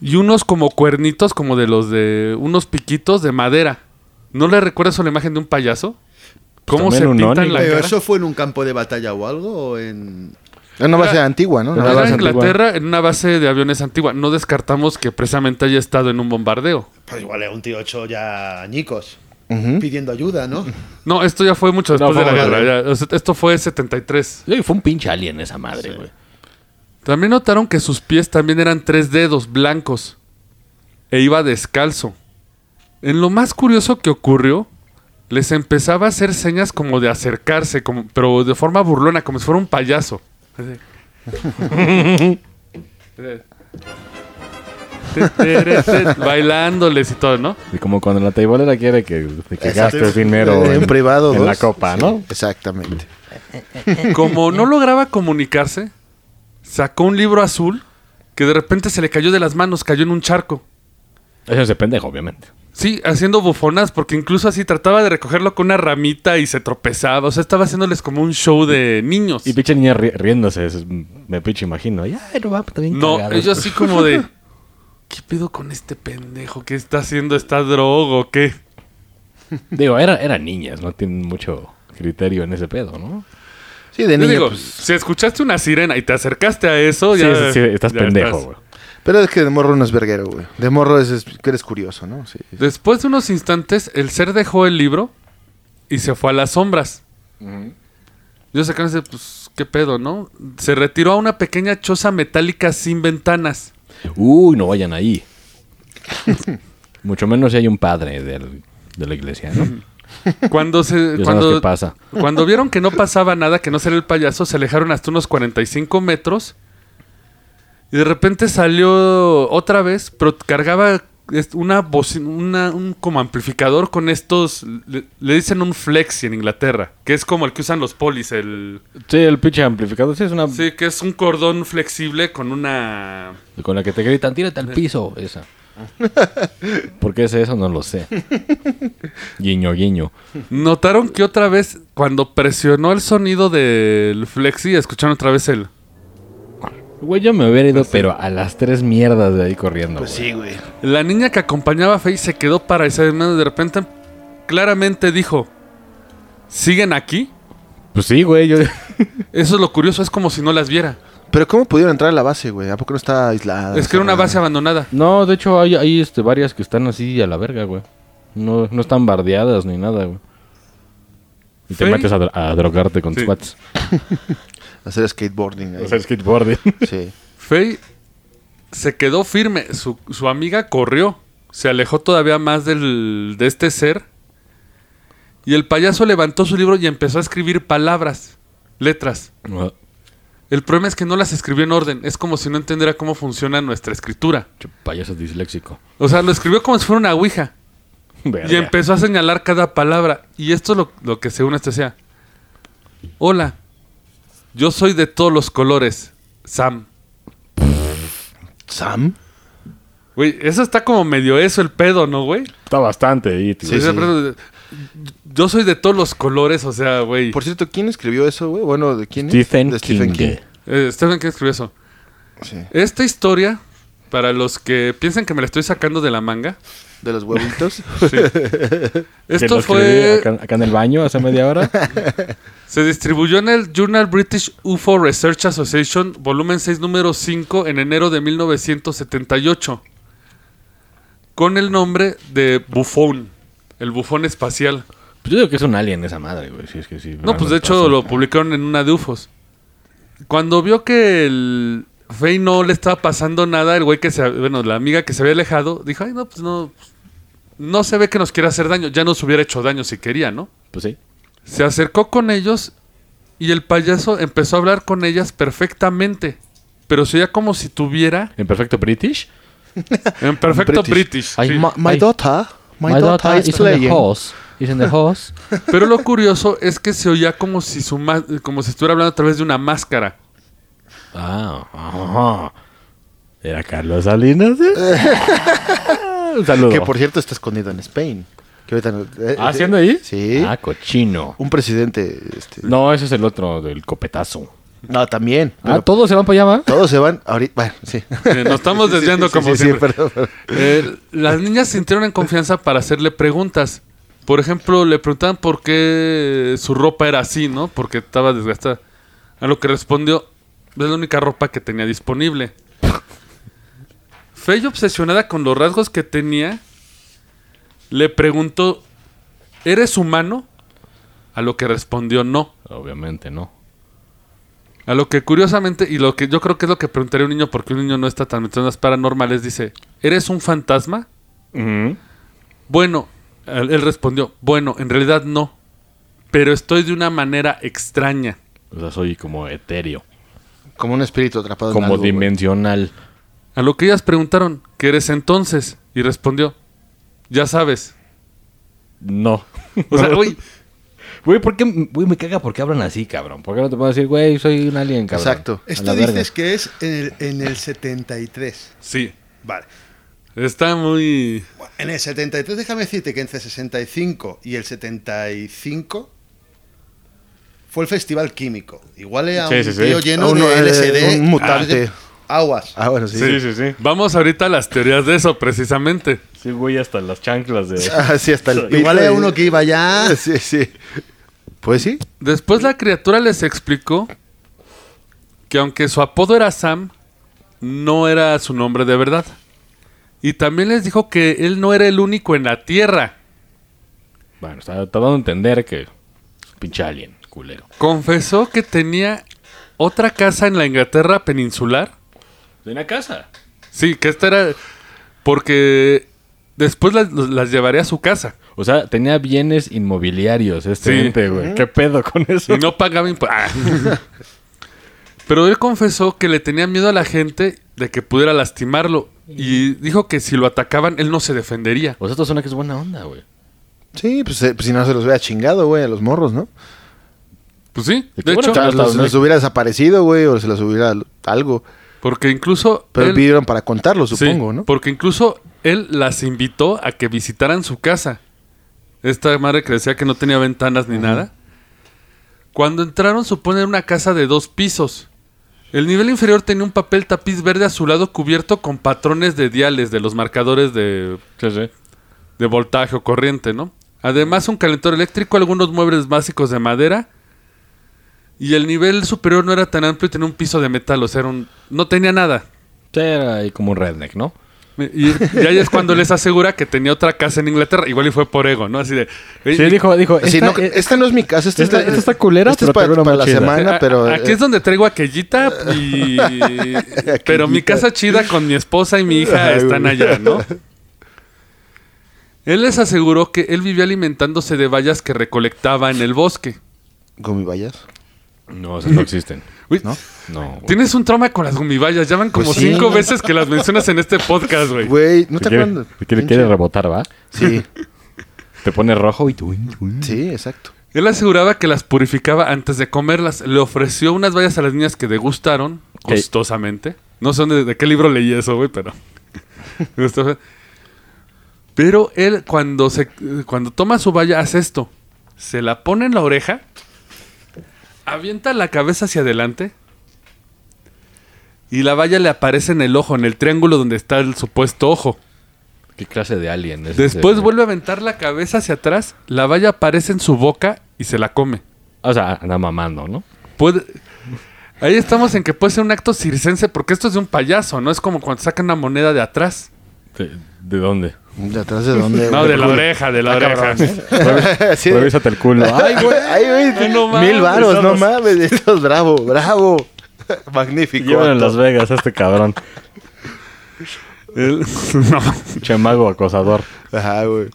[SPEAKER 2] y unos como cuernitos como de los de unos piquitos de madera. ¿No le recuerdas una imagen de un payaso? ¿Cómo
[SPEAKER 4] Pues también
[SPEAKER 2] se
[SPEAKER 4] un
[SPEAKER 2] pintan
[SPEAKER 4] oni.
[SPEAKER 2] la
[SPEAKER 4] Pero
[SPEAKER 5] Pero
[SPEAKER 2] cara?
[SPEAKER 5] eso fue en un campo de batalla o algo, o en...
[SPEAKER 3] Es una base antigua, ¿no? Una
[SPEAKER 4] Era
[SPEAKER 2] Era
[SPEAKER 3] base
[SPEAKER 2] en
[SPEAKER 4] antigua.
[SPEAKER 2] Inglaterra en una base de aviones antigua. No descartamos que precisamente haya estado en un bombardeo.
[SPEAKER 5] Pues igual era un tío hecho ya añicos,
[SPEAKER 3] Ujú.
[SPEAKER 5] pidiendo ayuda, ¿no?
[SPEAKER 2] No, esto ya fue mucho
[SPEAKER 4] No,
[SPEAKER 2] después
[SPEAKER 4] fue
[SPEAKER 2] de la
[SPEAKER 4] mucho ¿eh?
[SPEAKER 2] guerra. ya. O sea, Esto fue 73.
[SPEAKER 7] Sí, fue un pinche alien esa madre, güey.
[SPEAKER 2] También notaron que sus pies también eran tres dedos blancos. E iba descalzo. En lo más curioso que ocurrió, les empezaba a hacer señas como de acercarse, como- pero de forma burlona, como si fuera un payaso. Así. Bailándoles y todo, ¿no?
[SPEAKER 4] Y como cuando la teibolera quiere que, que
[SPEAKER 5] Exacto.
[SPEAKER 4] gastes dinero
[SPEAKER 3] En,
[SPEAKER 4] en,
[SPEAKER 3] privado.
[SPEAKER 4] en
[SPEAKER 3] dos.
[SPEAKER 4] la copa,
[SPEAKER 3] Sí,
[SPEAKER 4] ¿no?
[SPEAKER 3] Exactamente.
[SPEAKER 2] Como no lograba comunicarse, sacó un libro azul que de repente se le cayó de las manos, cayó en un charco.
[SPEAKER 4] Eso es de pendejo, obviamente.
[SPEAKER 2] Sí, haciendo bufonas, porque incluso así trataba de recogerlo con una ramita y se tropezaba. O sea, estaba haciéndoles como un show de niños.
[SPEAKER 4] Y pinche niña ri- riéndose, es- me pinche imagino. Ay, ay, no va, está bien
[SPEAKER 2] No,
[SPEAKER 4] cagado.
[SPEAKER 2] ellos así como de... ¿Qué pedo con este pendejo? ¿Qué está haciendo? ¿Está drogo o qué?
[SPEAKER 4] Digo, era- eran niñas, no tienen mucho criterio en ese pedo, ¿no?
[SPEAKER 3] Sí, de
[SPEAKER 2] Yo
[SPEAKER 3] niño.
[SPEAKER 2] digo,
[SPEAKER 3] pues,
[SPEAKER 2] si escuchaste una sirena y te acercaste a eso,
[SPEAKER 4] Sí,
[SPEAKER 2] ya...
[SPEAKER 4] sí, sí, estás
[SPEAKER 2] ya
[SPEAKER 4] pendejo,
[SPEAKER 2] estás.
[SPEAKER 4] güey.
[SPEAKER 3] Pero es que de morro no es verguero, güey. De morro es, es que eres curioso, ¿no? Sí.
[SPEAKER 2] Después de unos instantes, el ser dejó el libro y se fue a las sombras. Yo saqué ese, pues, qué pedo, ¿no? Se retiró a una pequeña choza metálica sin ventanas.
[SPEAKER 4] Uy, no vayan ahí. mucho menos si hay un padre del de la iglesia, ¿no?
[SPEAKER 2] Cuando se
[SPEAKER 4] Ya sabes
[SPEAKER 2] cuando,
[SPEAKER 4] qué pasa.
[SPEAKER 2] cuando vieron que no pasaba nada, que no salió el payaso, se alejaron hasta unos 45 metros. Y de repente salió otra vez, pero cargaba es- una bocina, una- un como amplificador con estos, le, le dicen un flexi en Inglaterra, que es como el que usan los polis, el...
[SPEAKER 4] Sí, el pinche amplificador sí es una...
[SPEAKER 2] Sí, que es un cordón flexible con una...
[SPEAKER 4] Con la que te gritan, tírate al piso, esa. ¿Por qué es eso? No lo sé. Guiño, guiño.
[SPEAKER 2] Notaron que otra vez, cuando presionó el sonido del flexi, escucharon otra vez el...
[SPEAKER 4] Güey, yo me hubiera ido, pero a las tres mierdas de ahí corriendo,
[SPEAKER 5] Pues
[SPEAKER 4] güey.
[SPEAKER 5] sí, güey.
[SPEAKER 2] La niña que acompañaba a Faye se quedó paralizada y de repente claramente dijo, ¿siguen aquí?
[SPEAKER 4] Pues sí, güey, yo...
[SPEAKER 2] Eso es lo curioso, es como si no las viera.
[SPEAKER 3] Pero ¿cómo pudieron entrar a la base, güey? ¿A poco no Ah, está aislada?
[SPEAKER 2] es que era una base abandonada.
[SPEAKER 4] No, de hecho hay, hay este, varias que están así a la verga, güey. No, no están bardeadas ni nada, güey. Y te
[SPEAKER 2] Fe-
[SPEAKER 4] metes a, dro- a drogarte con
[SPEAKER 2] Sí.
[SPEAKER 4] squats.
[SPEAKER 3] Hacer skateboarding. ahí.
[SPEAKER 4] O sea, skateboarding.
[SPEAKER 3] Sí.
[SPEAKER 2] Faye se quedó firme, su, su amiga corrió, se alejó todavía más del, de este ser y el payaso levantó su libro y empezó a escribir palabras, letras.
[SPEAKER 4] No,
[SPEAKER 2] El problema es que no las escribió en orden, es como si no entendiera cómo funciona nuestra escritura.
[SPEAKER 4] che, payaso disléxico.
[SPEAKER 2] O sea, lo escribió como si fuera una ouija.
[SPEAKER 4] Verga.
[SPEAKER 2] Y empezó a señalar cada palabra. Y esto es lo, lo que según este sea. Hola, yo soy de todos los colores, Sam.
[SPEAKER 3] ¿Sam?
[SPEAKER 2] Güey, eso está como medio eso el pedo, ¿no, güey?
[SPEAKER 4] Está bastante ahí, tío.
[SPEAKER 3] Sí,
[SPEAKER 2] O sea,
[SPEAKER 3] sí.
[SPEAKER 2] pero, eh, Yo soy de todos los colores, o sea, güey.
[SPEAKER 3] Por cierto, ¿quién escribió eso, güey? Bueno, ¿de quién es?
[SPEAKER 4] Stephen,
[SPEAKER 3] De
[SPEAKER 4] King.
[SPEAKER 2] Eh, Stephen King escribió eso.
[SPEAKER 3] Sí.
[SPEAKER 2] Esta historia, para los que piensan que me la estoy sacando de la manga,
[SPEAKER 3] De los huevitos.
[SPEAKER 4] Que
[SPEAKER 2] esto
[SPEAKER 4] lo escribí
[SPEAKER 2] fue...
[SPEAKER 4] Acá, acá en el baño hace media hora. Pues
[SPEAKER 2] Se distribuyó en el Journal British UFO Research Association, volumen 6, número 5, en enero de 1978, con el nombre de Bufón, el bufón espacial.
[SPEAKER 4] Pues yo digo que es un alien esa madre, güey. Si es que sí.
[SPEAKER 2] No, pues de hecho lo publicaron en una de UFOs. Cuando vio que el Fey no le estaba pasando nada, el güey que se, bueno, la amiga que se había alejado, dijo, ay, no, pues no, no se ve que nos quiera hacer daño, ya nos hubiera hecho daño si quería, ¿no?
[SPEAKER 4] Pues sí.
[SPEAKER 2] Se acercó con ellos y el payaso empezó a hablar con ellas perfectamente. Pero sería como si tuviera
[SPEAKER 4] En perfecto British.
[SPEAKER 2] en perfecto
[SPEAKER 3] British.
[SPEAKER 2] British.
[SPEAKER 4] Ay,
[SPEAKER 2] sí.
[SPEAKER 3] Ma- my
[SPEAKER 4] Ay.
[SPEAKER 3] daughter. My, daughter, is playing.
[SPEAKER 7] house. Is in the house.
[SPEAKER 2] Pero lo curioso es que se oía como si, su ma- como si estuviera hablando a través de una máscara.
[SPEAKER 4] Ah, ajá. ¿Era Carlos Salinas? eh? un saludo.
[SPEAKER 3] Que por cierto está escondido en Spain. Que ahorita no- eh,
[SPEAKER 4] ¿Ah,
[SPEAKER 3] eh,
[SPEAKER 4] sí anda ahí?
[SPEAKER 3] Sí.
[SPEAKER 4] Ah, cochino.
[SPEAKER 3] Un presidente. Este... No.
[SPEAKER 4] No, ese es el otro, del copetazo.
[SPEAKER 3] también.
[SPEAKER 4] Ah,
[SPEAKER 3] pero
[SPEAKER 4] todos se van para allá, va?
[SPEAKER 3] todos se van ahorita. Bueno, sí.
[SPEAKER 2] Eh, Nos estamos
[SPEAKER 3] Sí, sí,
[SPEAKER 2] desviando
[SPEAKER 3] sí,
[SPEAKER 2] como
[SPEAKER 3] sí, sí,
[SPEAKER 2] siempre.
[SPEAKER 3] perdón, perdón.
[SPEAKER 2] Eh, las niñas se sintieron en confianza para hacerle preguntas. Por ejemplo, le preguntaban por qué su ropa era así, ¿no? Porque estaba desgastada. A lo que respondió, es la única ropa que tenía disponible. Fey, obsesionada con los rasgos que tenía, le preguntó, ¿eres humano? A lo que respondió no.
[SPEAKER 4] Obviamente, ¿no?
[SPEAKER 2] A lo que curiosamente, y lo que yo creo que es lo que preguntaría un niño, porque un niño no está tan metido en las paranormales, dice, ¿eres un fantasma? Bueno, él, él respondió, bueno, en realidad no, pero estoy de una manera extraña.
[SPEAKER 4] O sea, soy como etéreo.
[SPEAKER 3] Como un espíritu atrapado en
[SPEAKER 4] Como
[SPEAKER 3] algo, güey.
[SPEAKER 4] dimensional.
[SPEAKER 2] A lo que ellas preguntaron, ¿qué eres entonces? Y respondió, ya sabes.
[SPEAKER 4] No.
[SPEAKER 2] O sea, güey,
[SPEAKER 4] Güey, ¿por qué? Güey, me caga porque hablan así, cabrón. ¿Por qué no te puedo decir, güey, soy un alien, cabrón?
[SPEAKER 3] Exacto.
[SPEAKER 4] A
[SPEAKER 5] Esto
[SPEAKER 4] la verga.
[SPEAKER 5] dices que es en el, en el 73.
[SPEAKER 2] sí,
[SPEAKER 5] Vale.
[SPEAKER 2] está muy...
[SPEAKER 5] Bueno, en el 73, déjame decirte que entre 65 y el 75 fue el Festival Químico. Igual era
[SPEAKER 4] Sí,
[SPEAKER 5] un
[SPEAKER 4] sí, sí.
[SPEAKER 5] tío lleno
[SPEAKER 3] Uno, eh,
[SPEAKER 5] de LSD.
[SPEAKER 3] un mutante.
[SPEAKER 5] Aguas.
[SPEAKER 3] Ah, bueno, sí.
[SPEAKER 4] sí, sí.
[SPEAKER 2] Vamos ahorita a las teorías de eso, precisamente.
[SPEAKER 4] Sí, güey, hasta las chanclas de...
[SPEAKER 3] Ah, sí, hasta el pito,
[SPEAKER 5] Igual era
[SPEAKER 3] güey.
[SPEAKER 5] uno que iba ya.
[SPEAKER 3] Sí, sí. Pues sí.
[SPEAKER 2] Después la criatura les explicó que aunque su apodo era Sam, no era su nombre de verdad. Y también les dijo que él no era el único en la Tierra.
[SPEAKER 4] Bueno, está, está dando a entender que... Pinche alien, culero.
[SPEAKER 2] Confesó que tenía otra casa en la Inglaterra peninsular.
[SPEAKER 4] ¿De una casa?
[SPEAKER 2] Sí, que esta era porque después las, las llevaría a su casa.
[SPEAKER 4] O sea, tenía bienes inmobiliarios este
[SPEAKER 2] Sí.
[SPEAKER 4] ente, güey. ¿Qué pedo con eso?
[SPEAKER 2] Y no pagaba impu- Ah. Pero él confesó que le tenía miedo a la gente de que pudiera lastimarlo. Y dijo que si lo atacaban, él no se defendería.
[SPEAKER 4] O sea, esto suena que es buena onda, güey.
[SPEAKER 3] Sí, pues, eh, pues si no se los hubiera chingado, güey, a los morros, ¿no?
[SPEAKER 2] Pues sí,
[SPEAKER 4] Y qué
[SPEAKER 2] de
[SPEAKER 4] bueno
[SPEAKER 2] hecho.
[SPEAKER 3] O sea, los, los hubiera desaparecido, güey, o se los hubiera l- algo.
[SPEAKER 2] Porque incluso.
[SPEAKER 3] Pero
[SPEAKER 2] él-
[SPEAKER 3] pidieron para contarlo,
[SPEAKER 2] sí,
[SPEAKER 3] supongo, ¿no?
[SPEAKER 2] Porque incluso él las invitó a que visitaran su casa. Esta madre que decía que no tenía ventanas ni nada. Cuando entraron, supone era una casa de dos pisos. El nivel inferior tenía un papel tapiz verde azulado cubierto con patrones de diales de los marcadores de
[SPEAKER 4] Sí, sí.
[SPEAKER 2] de voltaje o corriente, ¿no? Además, un calentador eléctrico, algunos muebles básicos de madera. Y el nivel superior no era tan amplio y tenía un piso de metal, o sea, era un- no tenía nada.
[SPEAKER 4] Sí, Era ahí como un redneck, ¿no?
[SPEAKER 2] Y, y ahí es cuando les asegura que tenía otra casa en Inglaterra, igual y fue por ego, ¿no? Así de.
[SPEAKER 4] Sí,
[SPEAKER 2] y-
[SPEAKER 4] dijo, dijo,
[SPEAKER 3] Sí,
[SPEAKER 4] esta
[SPEAKER 3] no,
[SPEAKER 4] es-
[SPEAKER 3] esta no es mi casa, esta,
[SPEAKER 4] esta-
[SPEAKER 3] es la-
[SPEAKER 4] esta está culera,
[SPEAKER 3] esta es
[SPEAKER 4] pero
[SPEAKER 3] para,
[SPEAKER 4] también era
[SPEAKER 3] para
[SPEAKER 4] muy
[SPEAKER 3] la
[SPEAKER 4] chida.
[SPEAKER 3] semana,
[SPEAKER 2] a-
[SPEAKER 3] pero... eh,
[SPEAKER 2] a- aquí es donde traigo aquellita y. pero mi casa chida con mi esposa y mi hija
[SPEAKER 3] Ay,
[SPEAKER 2] están
[SPEAKER 3] güey.
[SPEAKER 2] allá, ¿no? Él les aseguró que él vivía alimentándose de vallas que recolectaba en el bosque.
[SPEAKER 3] ¿Gomibayas?
[SPEAKER 4] No, esas no existen.
[SPEAKER 2] Uy,
[SPEAKER 3] ¿No?
[SPEAKER 4] No, güey.
[SPEAKER 2] Tienes un trauma con las gumibayas. Ya van como
[SPEAKER 3] Pues sí.
[SPEAKER 2] cinco veces que las mencionas en este podcast, güey.
[SPEAKER 3] Güey, ¿no
[SPEAKER 4] Te
[SPEAKER 3] te
[SPEAKER 4] quiere-
[SPEAKER 3] acuerdas?
[SPEAKER 4] te quiere, quiere rebotar, ¿va?
[SPEAKER 3] Sí,
[SPEAKER 4] Te pone rojo y tú.
[SPEAKER 3] sí, exacto.
[SPEAKER 2] Él aseguraba que las purificaba antes de comerlas. Le ofreció unas vallas a las niñas que degustaron
[SPEAKER 4] Ok.
[SPEAKER 2] costosamente. No sé dónde- de qué libro leí eso, güey, pero... Gustosa- pero él, cuando, se, cuando toma su valla, hace esto. Se la pone en la oreja, avienta la cabeza hacia adelante y la valla le aparece en el ojo, en el triángulo donde está el supuesto ojo.
[SPEAKER 4] ¿Qué clase de alien es
[SPEAKER 2] Después
[SPEAKER 4] ese, güey?
[SPEAKER 2] vuelve a aventar la cabeza hacia atrás, la valla aparece en su boca y se la come.
[SPEAKER 4] O sea, anda mamando, ¿no?
[SPEAKER 2] Puede... Ahí estamos en que puede ser un acto circense porque esto es de un payaso, ¿no? Es como cuando sacan una moneda de atrás.
[SPEAKER 4] ¿De, de dónde?
[SPEAKER 3] ¿De atrás de dónde?
[SPEAKER 2] No,
[SPEAKER 3] güey?
[SPEAKER 2] de Ah, la oreja, de la oreja.
[SPEAKER 3] Sí.
[SPEAKER 4] Revísate el culo. Ay,
[SPEAKER 3] Ay, güey, ay, güey,
[SPEAKER 2] Ay, no mames,
[SPEAKER 3] mil varos, no
[SPEAKER 2] estamos-
[SPEAKER 3] mames, esto es bravo, bravo. Magnífico.
[SPEAKER 4] Llevan a
[SPEAKER 3] vato.
[SPEAKER 4] Las Vegas a este cabrón.
[SPEAKER 2] El- No.
[SPEAKER 4] Chamago acosador.
[SPEAKER 3] Ajá, güey.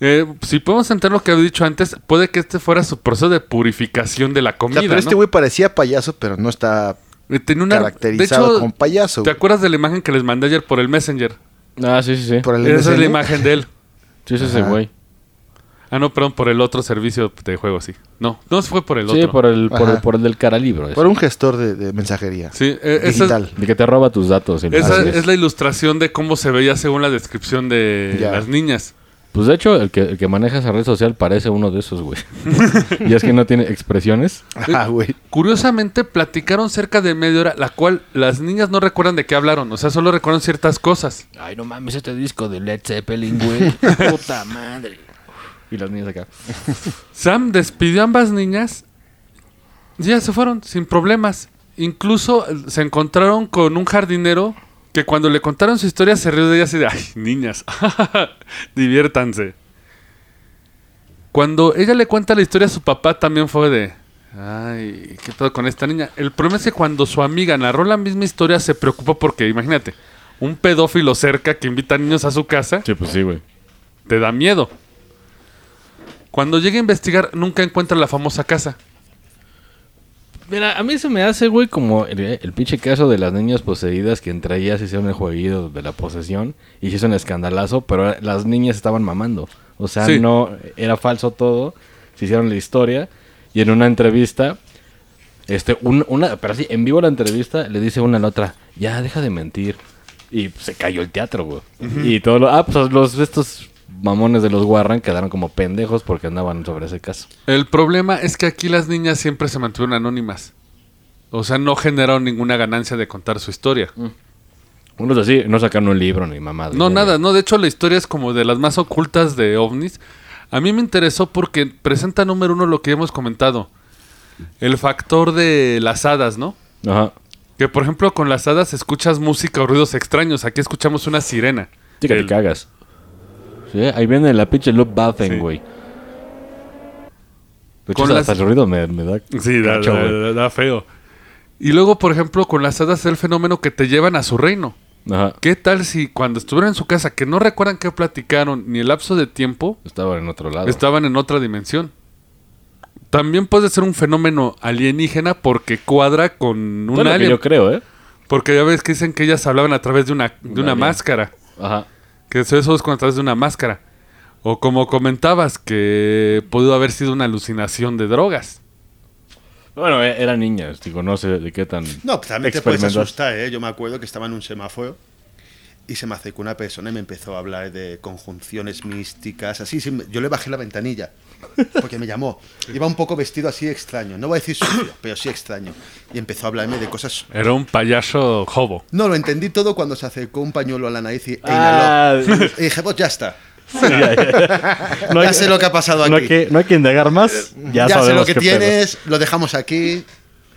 [SPEAKER 2] Eh, si podemos entender lo que había dicho antes, puede que este fuera su proceso de purificación de la
[SPEAKER 3] O
[SPEAKER 2] comida.
[SPEAKER 3] sea, pero este
[SPEAKER 2] ¿no?
[SPEAKER 3] güey parecía payaso, pero no está
[SPEAKER 2] Eh, Tenía una...
[SPEAKER 3] caracterizado
[SPEAKER 2] de hecho,
[SPEAKER 3] con payaso.
[SPEAKER 2] ¿Te
[SPEAKER 3] güey.
[SPEAKER 2] acuerdas de la imagen que les mandé ayer por el Messenger?
[SPEAKER 4] Ah, sí, sí, sí.
[SPEAKER 3] Por el
[SPEAKER 2] Esa es la
[SPEAKER 3] MSN.
[SPEAKER 2] imagen de él.
[SPEAKER 4] Sí, sí, sí,
[SPEAKER 3] Ajá.
[SPEAKER 4] güey.
[SPEAKER 2] Ah, no, perdón, por el otro servicio de juego, sí. No, no fue por el otro.
[SPEAKER 4] Sí, por el, por, el,
[SPEAKER 3] Ajá.
[SPEAKER 4] por el del caralibro. ese.
[SPEAKER 3] Por un gestor de, de mensajería.
[SPEAKER 2] Sí, eh, esa,
[SPEAKER 3] digital.
[SPEAKER 4] De que te roba tus datos. y lo-
[SPEAKER 2] esa
[SPEAKER 4] Así es.
[SPEAKER 2] es la ilustración de cómo se veía según la descripción de
[SPEAKER 3] Ya.
[SPEAKER 2] las niñas.
[SPEAKER 4] Pues de hecho, el que, el que maneja esa red social parece uno de esos, güey. y es que no tiene expresiones.
[SPEAKER 3] Ajá, güey.
[SPEAKER 2] Curiosamente, platicaron cerca de media hora, la cual las niñas no recuerdan de qué hablaron, o sea, solo recuerdan ciertas cosas.
[SPEAKER 7] Ay, no mames, este disco de Led Zeppelin, güey. Puta madre.
[SPEAKER 4] Y las niñas acá.
[SPEAKER 2] Sam despidió a ambas niñas y ya se fueron sin problemas. Incluso eh, se encontraron con un jardinero que cuando le contaron su historia se rió de ellas y de, ay, niñas, diviértanse. Cuando ella le cuenta la historia a su papá también fue de, ay, ¿qué pedo con esta niña? El problema es que cuando su amiga narró la misma historia se preocupó porque, imagínate, un pedófilo cerca que invita a niños a su casa
[SPEAKER 4] Sí, pues sí, güey.
[SPEAKER 2] te da miedo. Cuando llega a investigar, nunca encuentra la famosa casa.
[SPEAKER 4] Mira, a mí se me hace, güey, como el, el pinche caso de las niñas poseídas que entre ellas hicieron el jueguito de la posesión y se hizo un escandalazo, pero las niñas estaban mamando. O sea,
[SPEAKER 2] Sí.
[SPEAKER 4] no era falso todo. Se hicieron la historia y en una entrevista, este, un- una, pero así, en vivo la entrevista, le dice una a la otra, ya deja de mentir. Y pues, se cayó el teatro, güey. Y todo lo, ah, pues los, estos mamones de los Warren quedaron como pendejos porque andaban sobre ese caso.
[SPEAKER 2] El problema es que aquí las niñas siempre se mantuvieron anónimas. O sea, no generaron ninguna ganancia de contar su historia.
[SPEAKER 4] Unos así, no sacaron un libro ni mamada.
[SPEAKER 2] No,
[SPEAKER 4] Ya,
[SPEAKER 2] nada, no. De hecho, la historia es como de las más ocultas de ovnis. A mí me interesó porque presenta número uno lo que hemos comentado. El factor de las hadas, ¿no?
[SPEAKER 4] Ajá.
[SPEAKER 2] Que por ejemplo con las hadas escuchas música o ruidos extraños. Aquí escuchamos una sirena.
[SPEAKER 4] Sí, que
[SPEAKER 2] El-
[SPEAKER 4] te cagas. Sí, ahí viene la pinche loop Bathing,
[SPEAKER 2] Sí.
[SPEAKER 4] güey. De hecho,
[SPEAKER 2] Con
[SPEAKER 4] hasta
[SPEAKER 2] las-
[SPEAKER 4] el ruido me, me da.
[SPEAKER 2] Sí, da,
[SPEAKER 4] cacho,
[SPEAKER 2] da-
[SPEAKER 4] güey.
[SPEAKER 2] da- da feo. Y luego, por ejemplo, con las hadas es el fenómeno que te llevan a su reino.
[SPEAKER 4] Ajá.
[SPEAKER 2] ¿Qué tal si cuando estuvieron en su casa, que no recuerdan qué platicaron ni el lapso de tiempo,
[SPEAKER 4] Estaba en otro lado.
[SPEAKER 2] estaban en otra dimensión? También puede ser un fenómeno alienígena porque cuadra con un
[SPEAKER 4] Bueno, que
[SPEAKER 2] alien.
[SPEAKER 4] yo creo, ¿eh?
[SPEAKER 2] Porque ya ves que dicen que ellas hablaban a través de una, de una
[SPEAKER 4] alien.
[SPEAKER 2] máscara.
[SPEAKER 4] Ajá.
[SPEAKER 2] Que eso eso es con- a través de una máscara. O como comentabas, que pudo haber sido una alucinación de drogas.
[SPEAKER 4] Bueno, e- eran niñas, digo, no sé de qué tan.
[SPEAKER 5] No, pues también te puedes
[SPEAKER 4] experimentas.
[SPEAKER 5] asustar, ¿eh? Yo me acuerdo que estaba en un semáforo y se me acercó una persona y me empezó a hablar de conjunciones místicas, así. sin- yo le bajé la ventanilla porque me llamó. Iba un poco vestido así extraño. No voy a decir sucio, pero sí extraño. Y empezó a hablarme de cosas...
[SPEAKER 2] Era un payaso jobo.
[SPEAKER 5] No, lo entendí todo cuando se acercó un pañuelo a la nariz y, e
[SPEAKER 4] Ah,
[SPEAKER 5] inhaló. Y dije, pues ya está.
[SPEAKER 8] No hay-
[SPEAKER 5] ya sé lo que ha pasado
[SPEAKER 8] No hay,
[SPEAKER 5] aquí.
[SPEAKER 8] que, no hay que indagar más. Ya,
[SPEAKER 5] Eh, Ya, sé
[SPEAKER 8] sabemos
[SPEAKER 5] lo que
[SPEAKER 8] qué pedo.
[SPEAKER 5] tienes, lo dejamos aquí.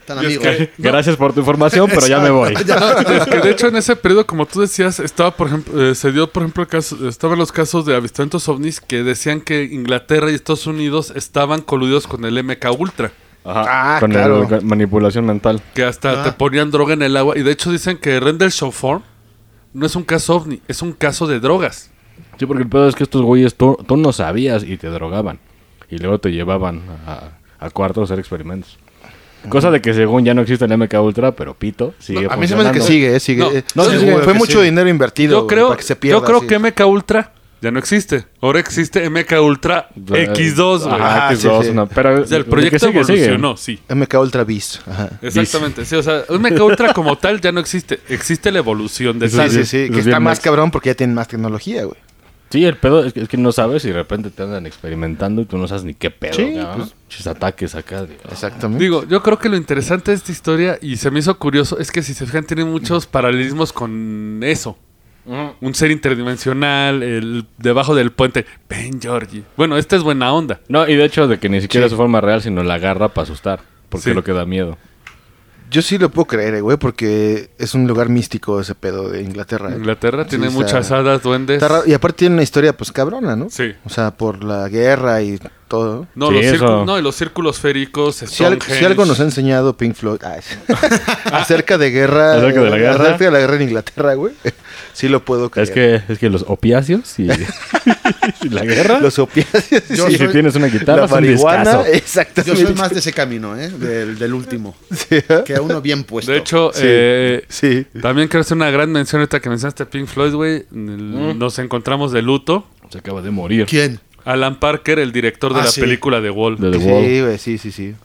[SPEAKER 5] Tan
[SPEAKER 2] Y es
[SPEAKER 5] amigo.
[SPEAKER 2] que-
[SPEAKER 4] Gracias por tu información, pero ya me voy.
[SPEAKER 5] Ya no-
[SPEAKER 2] Es que de hecho en ese periodo, como tú decías, estaba por ejemplo, eh, se dio por ejemplo el caso, estaban los casos de avistamientos ovnis que decían que Inglaterra y Estados Unidos estaban coludidos con el MK Ultra,
[SPEAKER 4] Ajá.
[SPEAKER 3] Ah,
[SPEAKER 4] con el-
[SPEAKER 3] claro.
[SPEAKER 4] con manipulación mental.
[SPEAKER 2] que hasta
[SPEAKER 5] Ah.
[SPEAKER 2] te ponían droga en el agua. Y de hecho dicen que Rendell Shawform no es un caso ovni, es un caso de drogas.
[SPEAKER 4] Sí, porque el pedo es que estos güeyes tú, tú no sabías y te drogaban. Y luego te llevaban a, a cuartos a hacer experimentos. Cosa de que según ya no existe el MK Ultra, pero pito, sigue
[SPEAKER 3] A mí se me hace que
[SPEAKER 4] funcionando.
[SPEAKER 3] sigue, eh, sigue.
[SPEAKER 2] No,
[SPEAKER 3] eh.
[SPEAKER 2] no,
[SPEAKER 3] Sí,
[SPEAKER 2] seguro
[SPEAKER 3] fue
[SPEAKER 5] que
[SPEAKER 3] mucho
[SPEAKER 5] sí.
[SPEAKER 3] dinero invertido
[SPEAKER 2] Yo
[SPEAKER 3] güey,
[SPEAKER 2] creo,
[SPEAKER 3] para que se pierda.
[SPEAKER 2] yo creo
[SPEAKER 3] sí.
[SPEAKER 2] que MK Ultra ya no existe. Ahora existe MK Ultra
[SPEAKER 4] Eh,
[SPEAKER 2] X2, güey.
[SPEAKER 4] Ajá,
[SPEAKER 3] Ah,
[SPEAKER 4] X2,
[SPEAKER 3] sí, sí.
[SPEAKER 4] una- pero
[SPEAKER 2] O sea, el
[SPEAKER 4] lo que
[SPEAKER 2] proyecto
[SPEAKER 4] sigue, sigue.
[SPEAKER 2] evolucionó, sí.
[SPEAKER 3] MK Ultra Beast. Ajá.
[SPEAKER 2] Exactamente, sí, o sea, un MK Ultra como tal ya no existe, existe la evolución de
[SPEAKER 3] Sí,
[SPEAKER 2] tal.
[SPEAKER 3] sí, sí,
[SPEAKER 4] los
[SPEAKER 3] Que está
[SPEAKER 4] bien
[SPEAKER 3] más
[SPEAKER 4] más.
[SPEAKER 3] cabrón porque ya tienen más tecnología, güey.
[SPEAKER 4] Sí, el pedo es que, es que no sabes y de repente te andan experimentando y tú no sabes ni qué pedo.
[SPEAKER 3] Sí,
[SPEAKER 4] ¿no?
[SPEAKER 3] pues.
[SPEAKER 4] Chis ataques acá. de-
[SPEAKER 3] Exactamente.
[SPEAKER 2] Digo, yo creo que lo interesante de esta historia, y se me hizo curioso, es que si se fijan, tiene muchos paralelismos con eso.
[SPEAKER 3] Mm.
[SPEAKER 2] Un ser interdimensional, el debajo del puente. Ben Georgie. Bueno, esta es buena onda.
[SPEAKER 4] No, y de hecho de que ni
[SPEAKER 3] Sí.
[SPEAKER 4] siquiera es su forma real, sino la agarra para asustar. Porque
[SPEAKER 2] Sí.
[SPEAKER 4] es lo que da miedo.
[SPEAKER 3] Yo sí lo puedo creer, eh, güey, porque es un lugar místico ese pedo de Inglaterra. eh.
[SPEAKER 2] Inglaterra
[SPEAKER 3] Sí,
[SPEAKER 2] tiene
[SPEAKER 3] está-
[SPEAKER 2] muchas hadas, duendes.
[SPEAKER 3] está raro. Y aparte tiene una historia, pues, cabrona, ¿no?
[SPEAKER 2] Sí.
[SPEAKER 3] O sea, por la guerra y todo.
[SPEAKER 2] No,
[SPEAKER 4] Sí,
[SPEAKER 2] los
[SPEAKER 4] eso.
[SPEAKER 2] círculos, no, y los círculos féricos.
[SPEAKER 3] Si, al- si algo nos ha enseñado Pink Floyd ah, es- acerca de guerra,
[SPEAKER 4] Acerca de la
[SPEAKER 3] eh,
[SPEAKER 4] guerra.
[SPEAKER 3] acerca de la guerra en Inglaterra, güey, sí lo puedo creer.
[SPEAKER 4] Es que, es que los opiáceos y, y la guerra.
[SPEAKER 3] los opiáceos,
[SPEAKER 5] Yo
[SPEAKER 3] sí,
[SPEAKER 4] si
[SPEAKER 5] soy-
[SPEAKER 4] tienes una guitarra,
[SPEAKER 3] la
[SPEAKER 4] es un discazo.
[SPEAKER 3] marihuana, exactamente.
[SPEAKER 5] Yo soy más de ese camino, ¿eh? Del, del último.
[SPEAKER 3] Sí.
[SPEAKER 5] Que a uno bien puesto.
[SPEAKER 2] De hecho,
[SPEAKER 3] Sí.
[SPEAKER 2] eh,
[SPEAKER 3] Sí.
[SPEAKER 2] también quiero hacer una gran mención ahorita que mencionaste Pink Floyd, güey. El-
[SPEAKER 3] Mm.
[SPEAKER 2] Nos encontramos de luto.
[SPEAKER 4] Se acaba de morir.
[SPEAKER 5] ¿quién?
[SPEAKER 2] Alan Parker, el director de
[SPEAKER 5] Ah,
[SPEAKER 2] la
[SPEAKER 5] sí.
[SPEAKER 2] película The Wall.
[SPEAKER 4] De The Wall.
[SPEAKER 3] Sí, güey, sí, sí, sí.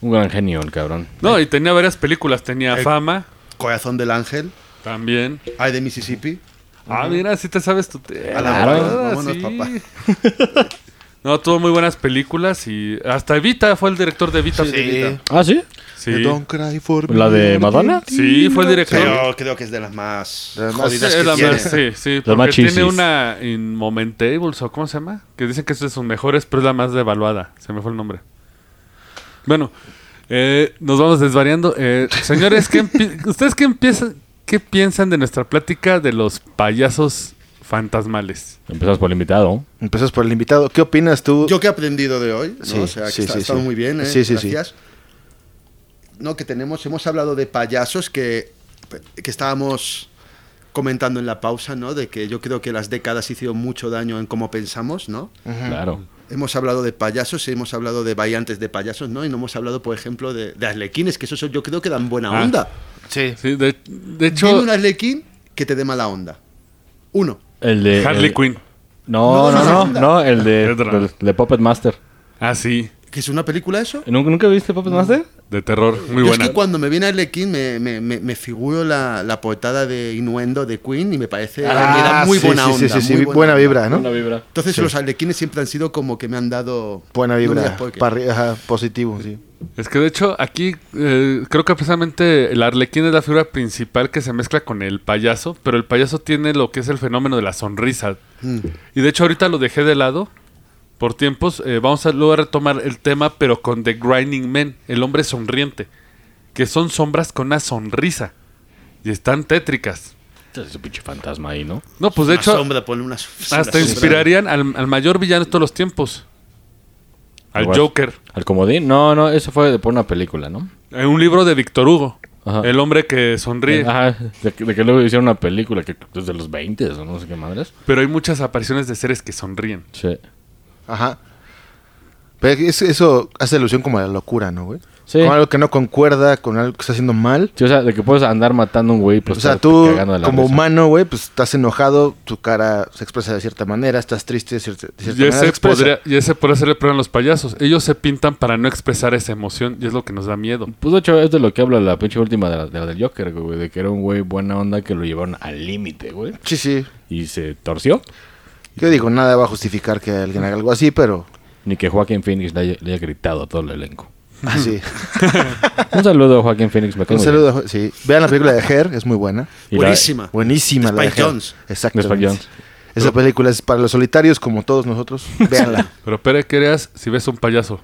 [SPEAKER 4] Un gran genio, el cabrón.
[SPEAKER 2] No, y tenía varias películas. Tenía
[SPEAKER 5] Eh,
[SPEAKER 2] Fama
[SPEAKER 5] Corazón del Ángel,
[SPEAKER 2] también.
[SPEAKER 5] Ay de Mississippi.
[SPEAKER 2] Ah, mira, sí te sabes tu te-
[SPEAKER 5] A la
[SPEAKER 4] Claro.
[SPEAKER 5] Parker,
[SPEAKER 2] Ah,
[SPEAKER 5] vámonos,
[SPEAKER 2] sí.
[SPEAKER 5] papá.
[SPEAKER 2] No, tuvo muy buenas películas y hasta Evita fue el director de Evita.
[SPEAKER 3] Sí.
[SPEAKER 4] Ah, sí.
[SPEAKER 2] Sí,
[SPEAKER 3] Don't cry for
[SPEAKER 4] La
[SPEAKER 3] me,
[SPEAKER 4] de Madonna.
[SPEAKER 2] Sí, fue el director.
[SPEAKER 5] Pero creo que es de las más
[SPEAKER 3] De las más-
[SPEAKER 5] jodidas
[SPEAKER 2] Sí,
[SPEAKER 5] oh, que
[SPEAKER 2] es la
[SPEAKER 5] tiene.
[SPEAKER 2] más- sí, sí,
[SPEAKER 4] Las más
[SPEAKER 2] porque tiene
[SPEAKER 4] chisis.
[SPEAKER 2] una Inmomentables o ¿cómo se llama? Que dicen que es de sus mejores, pero es la más devaluada. Se me fue el nombre. Bueno, eh, nos vamos desvariando. Eh, señores, ¿qué empi- ¿ustedes qué, empiezan, qué piensan de nuestra plática de los payasos fantasmales?
[SPEAKER 4] Empezamos por el invitado.
[SPEAKER 3] Empezas por el invitado. ¿Qué opinas tú?
[SPEAKER 5] Yo que he aprendido de hoy, ¿no?
[SPEAKER 3] Sí,
[SPEAKER 5] o sea, que
[SPEAKER 3] sí,
[SPEAKER 5] está-
[SPEAKER 3] sí,
[SPEAKER 5] ha estado
[SPEAKER 3] sí.
[SPEAKER 5] muy bien, ¿eh?
[SPEAKER 3] Sí, sí, sí.
[SPEAKER 5] Gracias. No, que tenemos, hemos hablado de payasos que, que estábamos comentando en la pausa, ¿no? De que yo creo que las décadas hicieron mucho daño en cómo pensamos, ¿no?
[SPEAKER 4] Claro.
[SPEAKER 5] Hemos hablado de payasos, hemos hablado de variantes de payasos, ¿no? Y no hemos hablado, por ejemplo, de, de arlequines, que eso yo creo que dan buena
[SPEAKER 2] Ah,
[SPEAKER 5] onda.
[SPEAKER 3] Sí.
[SPEAKER 2] Sí, de, de
[SPEAKER 5] Dime
[SPEAKER 2] hecho,
[SPEAKER 5] un arlequín que te dé mala onda. Uno.
[SPEAKER 4] El de.
[SPEAKER 2] Harley
[SPEAKER 4] el-
[SPEAKER 2] Quinn.
[SPEAKER 4] No,
[SPEAKER 5] No,
[SPEAKER 4] no,
[SPEAKER 5] no,
[SPEAKER 4] no.
[SPEAKER 5] no.
[SPEAKER 4] No, el de,
[SPEAKER 2] Pedro.
[SPEAKER 4] el de Puppet Master.
[SPEAKER 2] Ah, sí,
[SPEAKER 5] ¿Que es una película eso?
[SPEAKER 4] ¿Nunca, nunca viste Puppet Master?
[SPEAKER 2] de terror. Muy
[SPEAKER 5] Yo
[SPEAKER 2] buena.
[SPEAKER 5] es que cuando me viene Arlequín me, me, me, me figuro la, la portada de Innuendo de Queen y me parece
[SPEAKER 3] Ah,
[SPEAKER 5] me da muy
[SPEAKER 3] sí,
[SPEAKER 5] buena
[SPEAKER 3] sí,
[SPEAKER 5] onda.
[SPEAKER 3] Sí, sí, sí,
[SPEAKER 5] muy
[SPEAKER 3] buena, vibra, ¿no?
[SPEAKER 4] Una vibra.
[SPEAKER 5] Entonces
[SPEAKER 3] Sí.
[SPEAKER 5] los Arlequines siempre han sido como que me han dado...
[SPEAKER 3] Buena
[SPEAKER 5] no me
[SPEAKER 3] vibra.
[SPEAKER 5] digas por qué.
[SPEAKER 3] para arri- ajá, positivo, sí.
[SPEAKER 2] Es que de hecho aquí eh, creo que precisamente el arlequín es la figura principal que se mezcla con el payaso, pero el payaso tiene lo que es el fenómeno de la sonrisa.
[SPEAKER 5] Mm.
[SPEAKER 2] Y de hecho ahorita lo dejé de lado por tiempos. eh, vamos a luego a retomar el tema, pero con The Grinding Man, el hombre sonriente, que son sombras con una sonrisa y están tétricas.
[SPEAKER 4] Este Es un pinche fantasma ahí, ¿no?
[SPEAKER 2] No, pues de
[SPEAKER 5] Una
[SPEAKER 2] hecho
[SPEAKER 5] sombra, ponle una sombra.
[SPEAKER 4] Ah,
[SPEAKER 2] hasta inspirarían al, al mayor villano de todos los tiempos, al
[SPEAKER 4] Igual.
[SPEAKER 2] Joker,
[SPEAKER 4] ¿Al comodín? No, no, eso fue de- por una película, ¿no?
[SPEAKER 2] en un libro de Víctor Hugo.
[SPEAKER 4] Ajá.
[SPEAKER 2] El hombre que sonríe.
[SPEAKER 4] Ajá, de, que- de que luego hicieron una película que desde los 20 o no sé qué madres.
[SPEAKER 2] Pero hay muchas apariciones de seres que sonríen.
[SPEAKER 4] Sí.
[SPEAKER 3] Ajá. Pero es- eso hace alusión como a la locura, ¿no, güey?
[SPEAKER 4] Sí.
[SPEAKER 3] Con algo que no concuerda, con algo que está haciendo mal.
[SPEAKER 4] Sí, o sea, de que puedes andar matando a un güey, y, pues
[SPEAKER 3] o sea,
[SPEAKER 4] estarte
[SPEAKER 3] tú
[SPEAKER 4] cagando de la
[SPEAKER 3] como
[SPEAKER 4] risa.
[SPEAKER 3] humano, güey, pues estás enojado, tu cara se expresa de cierta manera, estás triste de cierta, de cierta
[SPEAKER 2] Y
[SPEAKER 3] manera. se
[SPEAKER 2] ese,
[SPEAKER 3] expresa.
[SPEAKER 2] podría, y ese podría ser el problema de los payasos. Ellos se pintan para no expresar esa emoción y es lo que nos da miedo.
[SPEAKER 4] Pues de hecho es de lo que habla la pinche última de la, de la del Joker, güey, de que era un güey buena onda que lo llevaron al límite, güey,
[SPEAKER 3] Sí, sí.
[SPEAKER 4] y se torció.
[SPEAKER 3] Yo digo, nada va a justificar que alguien haga algo así, pero
[SPEAKER 4] Ni que Joaquín Phoenix le haya, le haya gritado a todo el elenco.
[SPEAKER 3] así.
[SPEAKER 4] Un saludo a Joaquín Phoenix, me cae
[SPEAKER 3] Un
[SPEAKER 4] muy
[SPEAKER 3] saludo, jo- sí. Vean la película de Her, es muy buena.
[SPEAKER 4] bien. Y la-
[SPEAKER 5] Buenísima.
[SPEAKER 3] Buenísima
[SPEAKER 5] De
[SPEAKER 3] la de
[SPEAKER 5] Spike
[SPEAKER 3] Her.
[SPEAKER 5] Jonze.
[SPEAKER 3] Exactamente.
[SPEAKER 4] De Spike Jonze.
[SPEAKER 3] Esa película es para los solitarios como todos nosotros. Véanla.
[SPEAKER 2] Pero Pere, ¿qué harías si ves un payaso?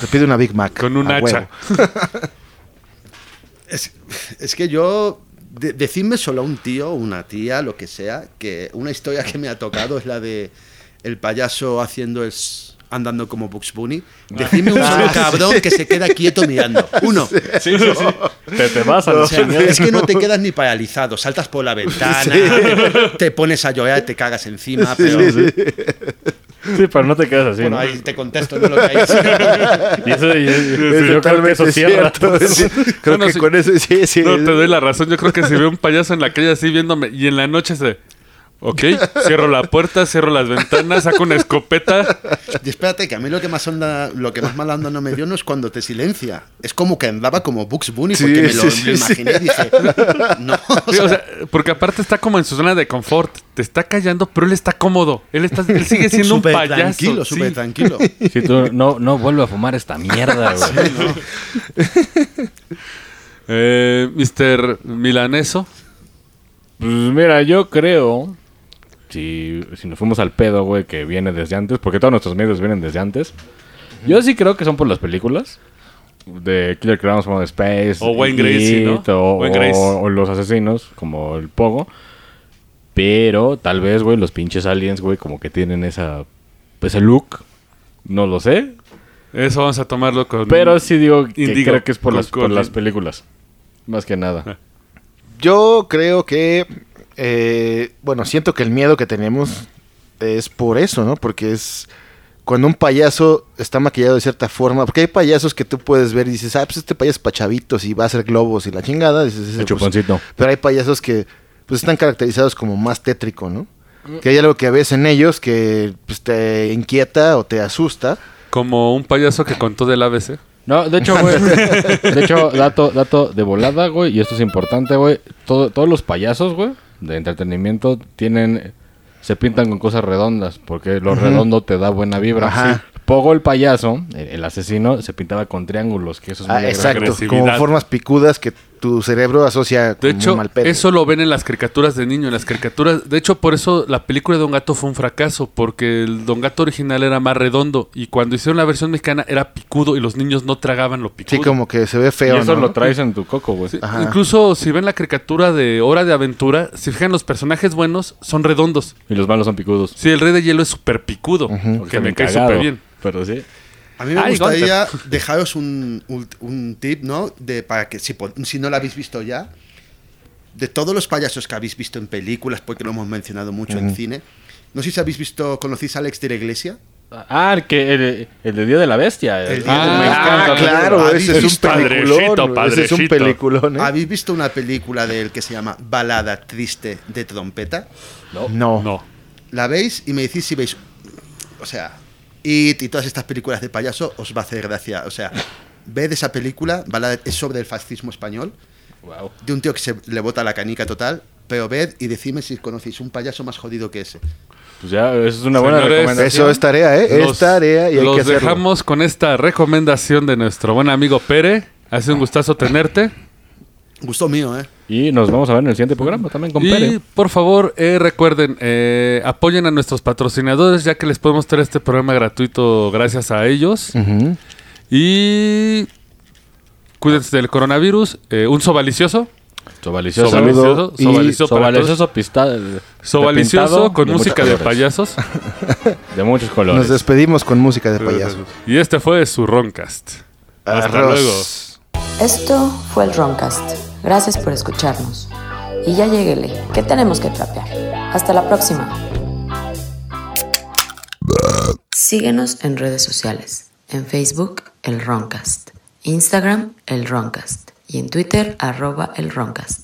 [SPEAKER 3] Te pide una Big Mac.
[SPEAKER 2] Con un
[SPEAKER 3] a
[SPEAKER 4] Ah,
[SPEAKER 2] hacha.
[SPEAKER 3] huevo.
[SPEAKER 5] Es, es que yo. de- decidme solo a un tío, una tía, lo que sea, que una historia que me ha tocado es la de el payaso haciendo es andando como Bugs Bunny. Decidme un solo cabrón que se queda quieto mirando. Uno.
[SPEAKER 8] Sí, sí, sí. Te, te vas a la
[SPEAKER 5] O sea,
[SPEAKER 8] chingada.
[SPEAKER 5] es que no te quedas ni paralizado, saltas por la ventana, te pones a llorar, te cagas encima, pero
[SPEAKER 8] Sí, pero no te quedas así,
[SPEAKER 5] bueno,
[SPEAKER 8] ¿no?
[SPEAKER 5] ahí te contesto ¿no? lo que hay.
[SPEAKER 8] Y eso, y- y- yo
[SPEAKER 3] Es
[SPEAKER 8] creo que eso
[SPEAKER 3] totalmente
[SPEAKER 8] cierra.
[SPEAKER 3] cierto. Sí. Creo
[SPEAKER 2] Bueno,
[SPEAKER 3] que
[SPEAKER 2] sí.
[SPEAKER 3] con eso sí, sí.
[SPEAKER 2] No, te doy la razón. Yo creo que si veo un payaso en la calle así viéndome y en la noche se... Ok, cierro la puerta, cierro las ventanas, saco una escopeta.
[SPEAKER 5] Y espérate, que a mí lo que más onda, lo que más mala onda no me dio no es cuando te silencia. Es como que andaba como Bugs Bunny porque
[SPEAKER 3] Sí,
[SPEAKER 5] me
[SPEAKER 3] sí,
[SPEAKER 5] lo
[SPEAKER 3] sí,
[SPEAKER 5] me imaginé y dije, no, o
[SPEAKER 2] Sí,
[SPEAKER 5] sea,
[SPEAKER 2] o sea, porque aparte está como en su zona de confort. Te está callando, pero él está cómodo. Él, está, él sigue siendo un
[SPEAKER 5] súper
[SPEAKER 2] payaso.
[SPEAKER 5] tranquilo,
[SPEAKER 2] sí.
[SPEAKER 5] súper tranquilo.
[SPEAKER 4] Sí, tú no, no vuelvo a fumar esta mierda, güey.
[SPEAKER 2] Eh, Mr. Milaneso.
[SPEAKER 4] Pues mira, yo creo. Si, si nos fuimos al pedo, güey, que viene desde antes, porque todos nuestros medios vienen desde antes. Yo sí creo que son por las películas. De Killer Clowns from Space.
[SPEAKER 2] O Wayne Gracie, ¿no?
[SPEAKER 4] It, O,
[SPEAKER 2] Wayne Gracie.
[SPEAKER 4] o- o los asesinos, como el Pogo. Pero tal vez, güey, los pinches aliens, güey, como que tienen esa. Ese look. No lo sé.
[SPEAKER 2] Eso vamos a tomarlo con.
[SPEAKER 4] Pero sí digo que
[SPEAKER 2] Mm, Indigo.
[SPEAKER 4] creo que es por
[SPEAKER 2] Con- Ah.
[SPEAKER 4] las, por
[SPEAKER 2] con-
[SPEAKER 4] las películas. Más que nada.
[SPEAKER 3] Yo creo que, eh, bueno, siento que el miedo que tenemos es por eso, ¿no? Porque es cuando un payaso está maquillado de cierta forma, porque hay payasos que tú puedes ver y dices, ah, pues este payaso es pachavitos y va a hacer globos y la chingada, dices, "Ese,
[SPEAKER 4] El
[SPEAKER 3] pues,
[SPEAKER 4] chuponcito.
[SPEAKER 3] pero hay payasos que pues están caracterizados como más tétrico, ¿no?
[SPEAKER 2] Mm.
[SPEAKER 3] Que hay algo que ves en ellos que pues, te inquieta o te asusta.
[SPEAKER 2] Como un payaso que contó del ABC.
[SPEAKER 4] No, de hecho, güey. De hecho, dato, dato de volada, güey. Y esto es importante, güey. Todo- todos los payasos, güey, de entretenimiento, tienen. Se pintan con cosas redondas. Porque lo redondo te da buena vibra.
[SPEAKER 3] Ajá.
[SPEAKER 4] Pogo el payaso, el, el asesino, se pintaba con triángulos. Que eso es muy
[SPEAKER 3] Ah, exacto,
[SPEAKER 2] agresividad.
[SPEAKER 3] como formas picudas que tu cerebro asocia
[SPEAKER 2] De
[SPEAKER 3] como
[SPEAKER 2] hecho,
[SPEAKER 3] mal pedo.
[SPEAKER 2] eso lo ven en las caricaturas de niño, en las caricaturas. De hecho, por eso la película de Don Gato fue un fracaso, porque el Don Gato original era más redondo y cuando hicieron la versión mexicana era picudo y los niños no tragaban lo picudo.
[SPEAKER 3] Sí, como que se ve
[SPEAKER 4] Y
[SPEAKER 3] feo,
[SPEAKER 4] eso
[SPEAKER 3] ¿no?
[SPEAKER 4] lo traes en tu coco, güey.
[SPEAKER 2] Sí,
[SPEAKER 3] Ajá.
[SPEAKER 2] Incluso si ven la caricatura de Hora de Aventura, si fijan los personajes buenos son redondos.
[SPEAKER 4] Y los malos son picudos.
[SPEAKER 2] Sí, el Rey de Hielo es súper picudo, que
[SPEAKER 4] Están
[SPEAKER 2] me cae
[SPEAKER 4] cagado,
[SPEAKER 2] súper bien.
[SPEAKER 4] Pero sí.
[SPEAKER 5] A mí me
[SPEAKER 3] Ah,
[SPEAKER 2] Ay,
[SPEAKER 5] gustaría dejaros un, un- un tip, ¿no? De, para que si, po- si no lo habéis visto ya, de todos los payasos que habéis visto en películas, porque lo hemos mencionado mucho en cine, no sé si habéis visto, ¿conocéis a Alex de la Iglesia?
[SPEAKER 4] Ah, el, que, el, el de Día de la Bestia.
[SPEAKER 5] El Día de la
[SPEAKER 4] ah,
[SPEAKER 5] Bestia.
[SPEAKER 4] me encanta.
[SPEAKER 3] Ah, claro,
[SPEAKER 5] Padre,
[SPEAKER 3] ese es un
[SPEAKER 2] padrecito,
[SPEAKER 3] peliculón. güey. Ese es un
[SPEAKER 2] padrecito.
[SPEAKER 3] peliculón, ¿eh?
[SPEAKER 5] ¿Habéis visto una película de él que se llama Balada Triste de Trompeta?
[SPEAKER 4] Oh.
[SPEAKER 3] No.
[SPEAKER 2] No.
[SPEAKER 5] La veis y me decís si veis. O sea, It y todas estas películas de payaso os va a hacer gracia. O sea, ved esa película, Balada- es sobre el fascismo español,
[SPEAKER 4] Wow.
[SPEAKER 5] de un tío que se le bota la canica total, pero ved y decidme si conocéis un payaso más jodido que ese.
[SPEAKER 4] Pues ya, eso es una buena
[SPEAKER 2] Señores,
[SPEAKER 4] recomendación.
[SPEAKER 3] Eso es tarea, ¿eh?
[SPEAKER 2] Los-
[SPEAKER 3] es tarea y hay
[SPEAKER 2] los
[SPEAKER 3] que hacerlo.
[SPEAKER 2] dejamos con esta recomendación de nuestro buen amigo Pere. Ha sido un gustazo tenerte.
[SPEAKER 5] Gusto mío, ¿eh?
[SPEAKER 4] Y nos vamos a ver en el siguiente programa también con
[SPEAKER 2] y
[SPEAKER 4] Pere.
[SPEAKER 2] por favor, eh, recuerden, eh, apoyen a nuestros patrocinadores, ya que les podemos traer este programa gratuito gracias a ellos.
[SPEAKER 3] Ujú.
[SPEAKER 2] Y cuídense del coronavirus. Eh, un sobalicioso.
[SPEAKER 4] Sobalicioso.
[SPEAKER 2] Sobalicioso.
[SPEAKER 3] y
[SPEAKER 2] Sobalicioso, para todos.
[SPEAKER 4] Sobalicioso pistado.
[SPEAKER 2] Sobalicioso con música de
[SPEAKER 4] payaso.
[SPEAKER 2] payasos.
[SPEAKER 4] De muchos colores.
[SPEAKER 3] Nos despedimos con música de payasos.
[SPEAKER 2] y este fue su Roncast. Hasta
[SPEAKER 3] Arroz.
[SPEAKER 2] luego.
[SPEAKER 1] Esto fue el Roncast. Gracias por escucharnos. Y ya lleguele, que tenemos que trapear. Hasta la próxima. Síguenos en redes sociales. En Facebook, El Roncast. Instagram, El Roncast. Y en Twitter, arroba El Roncast.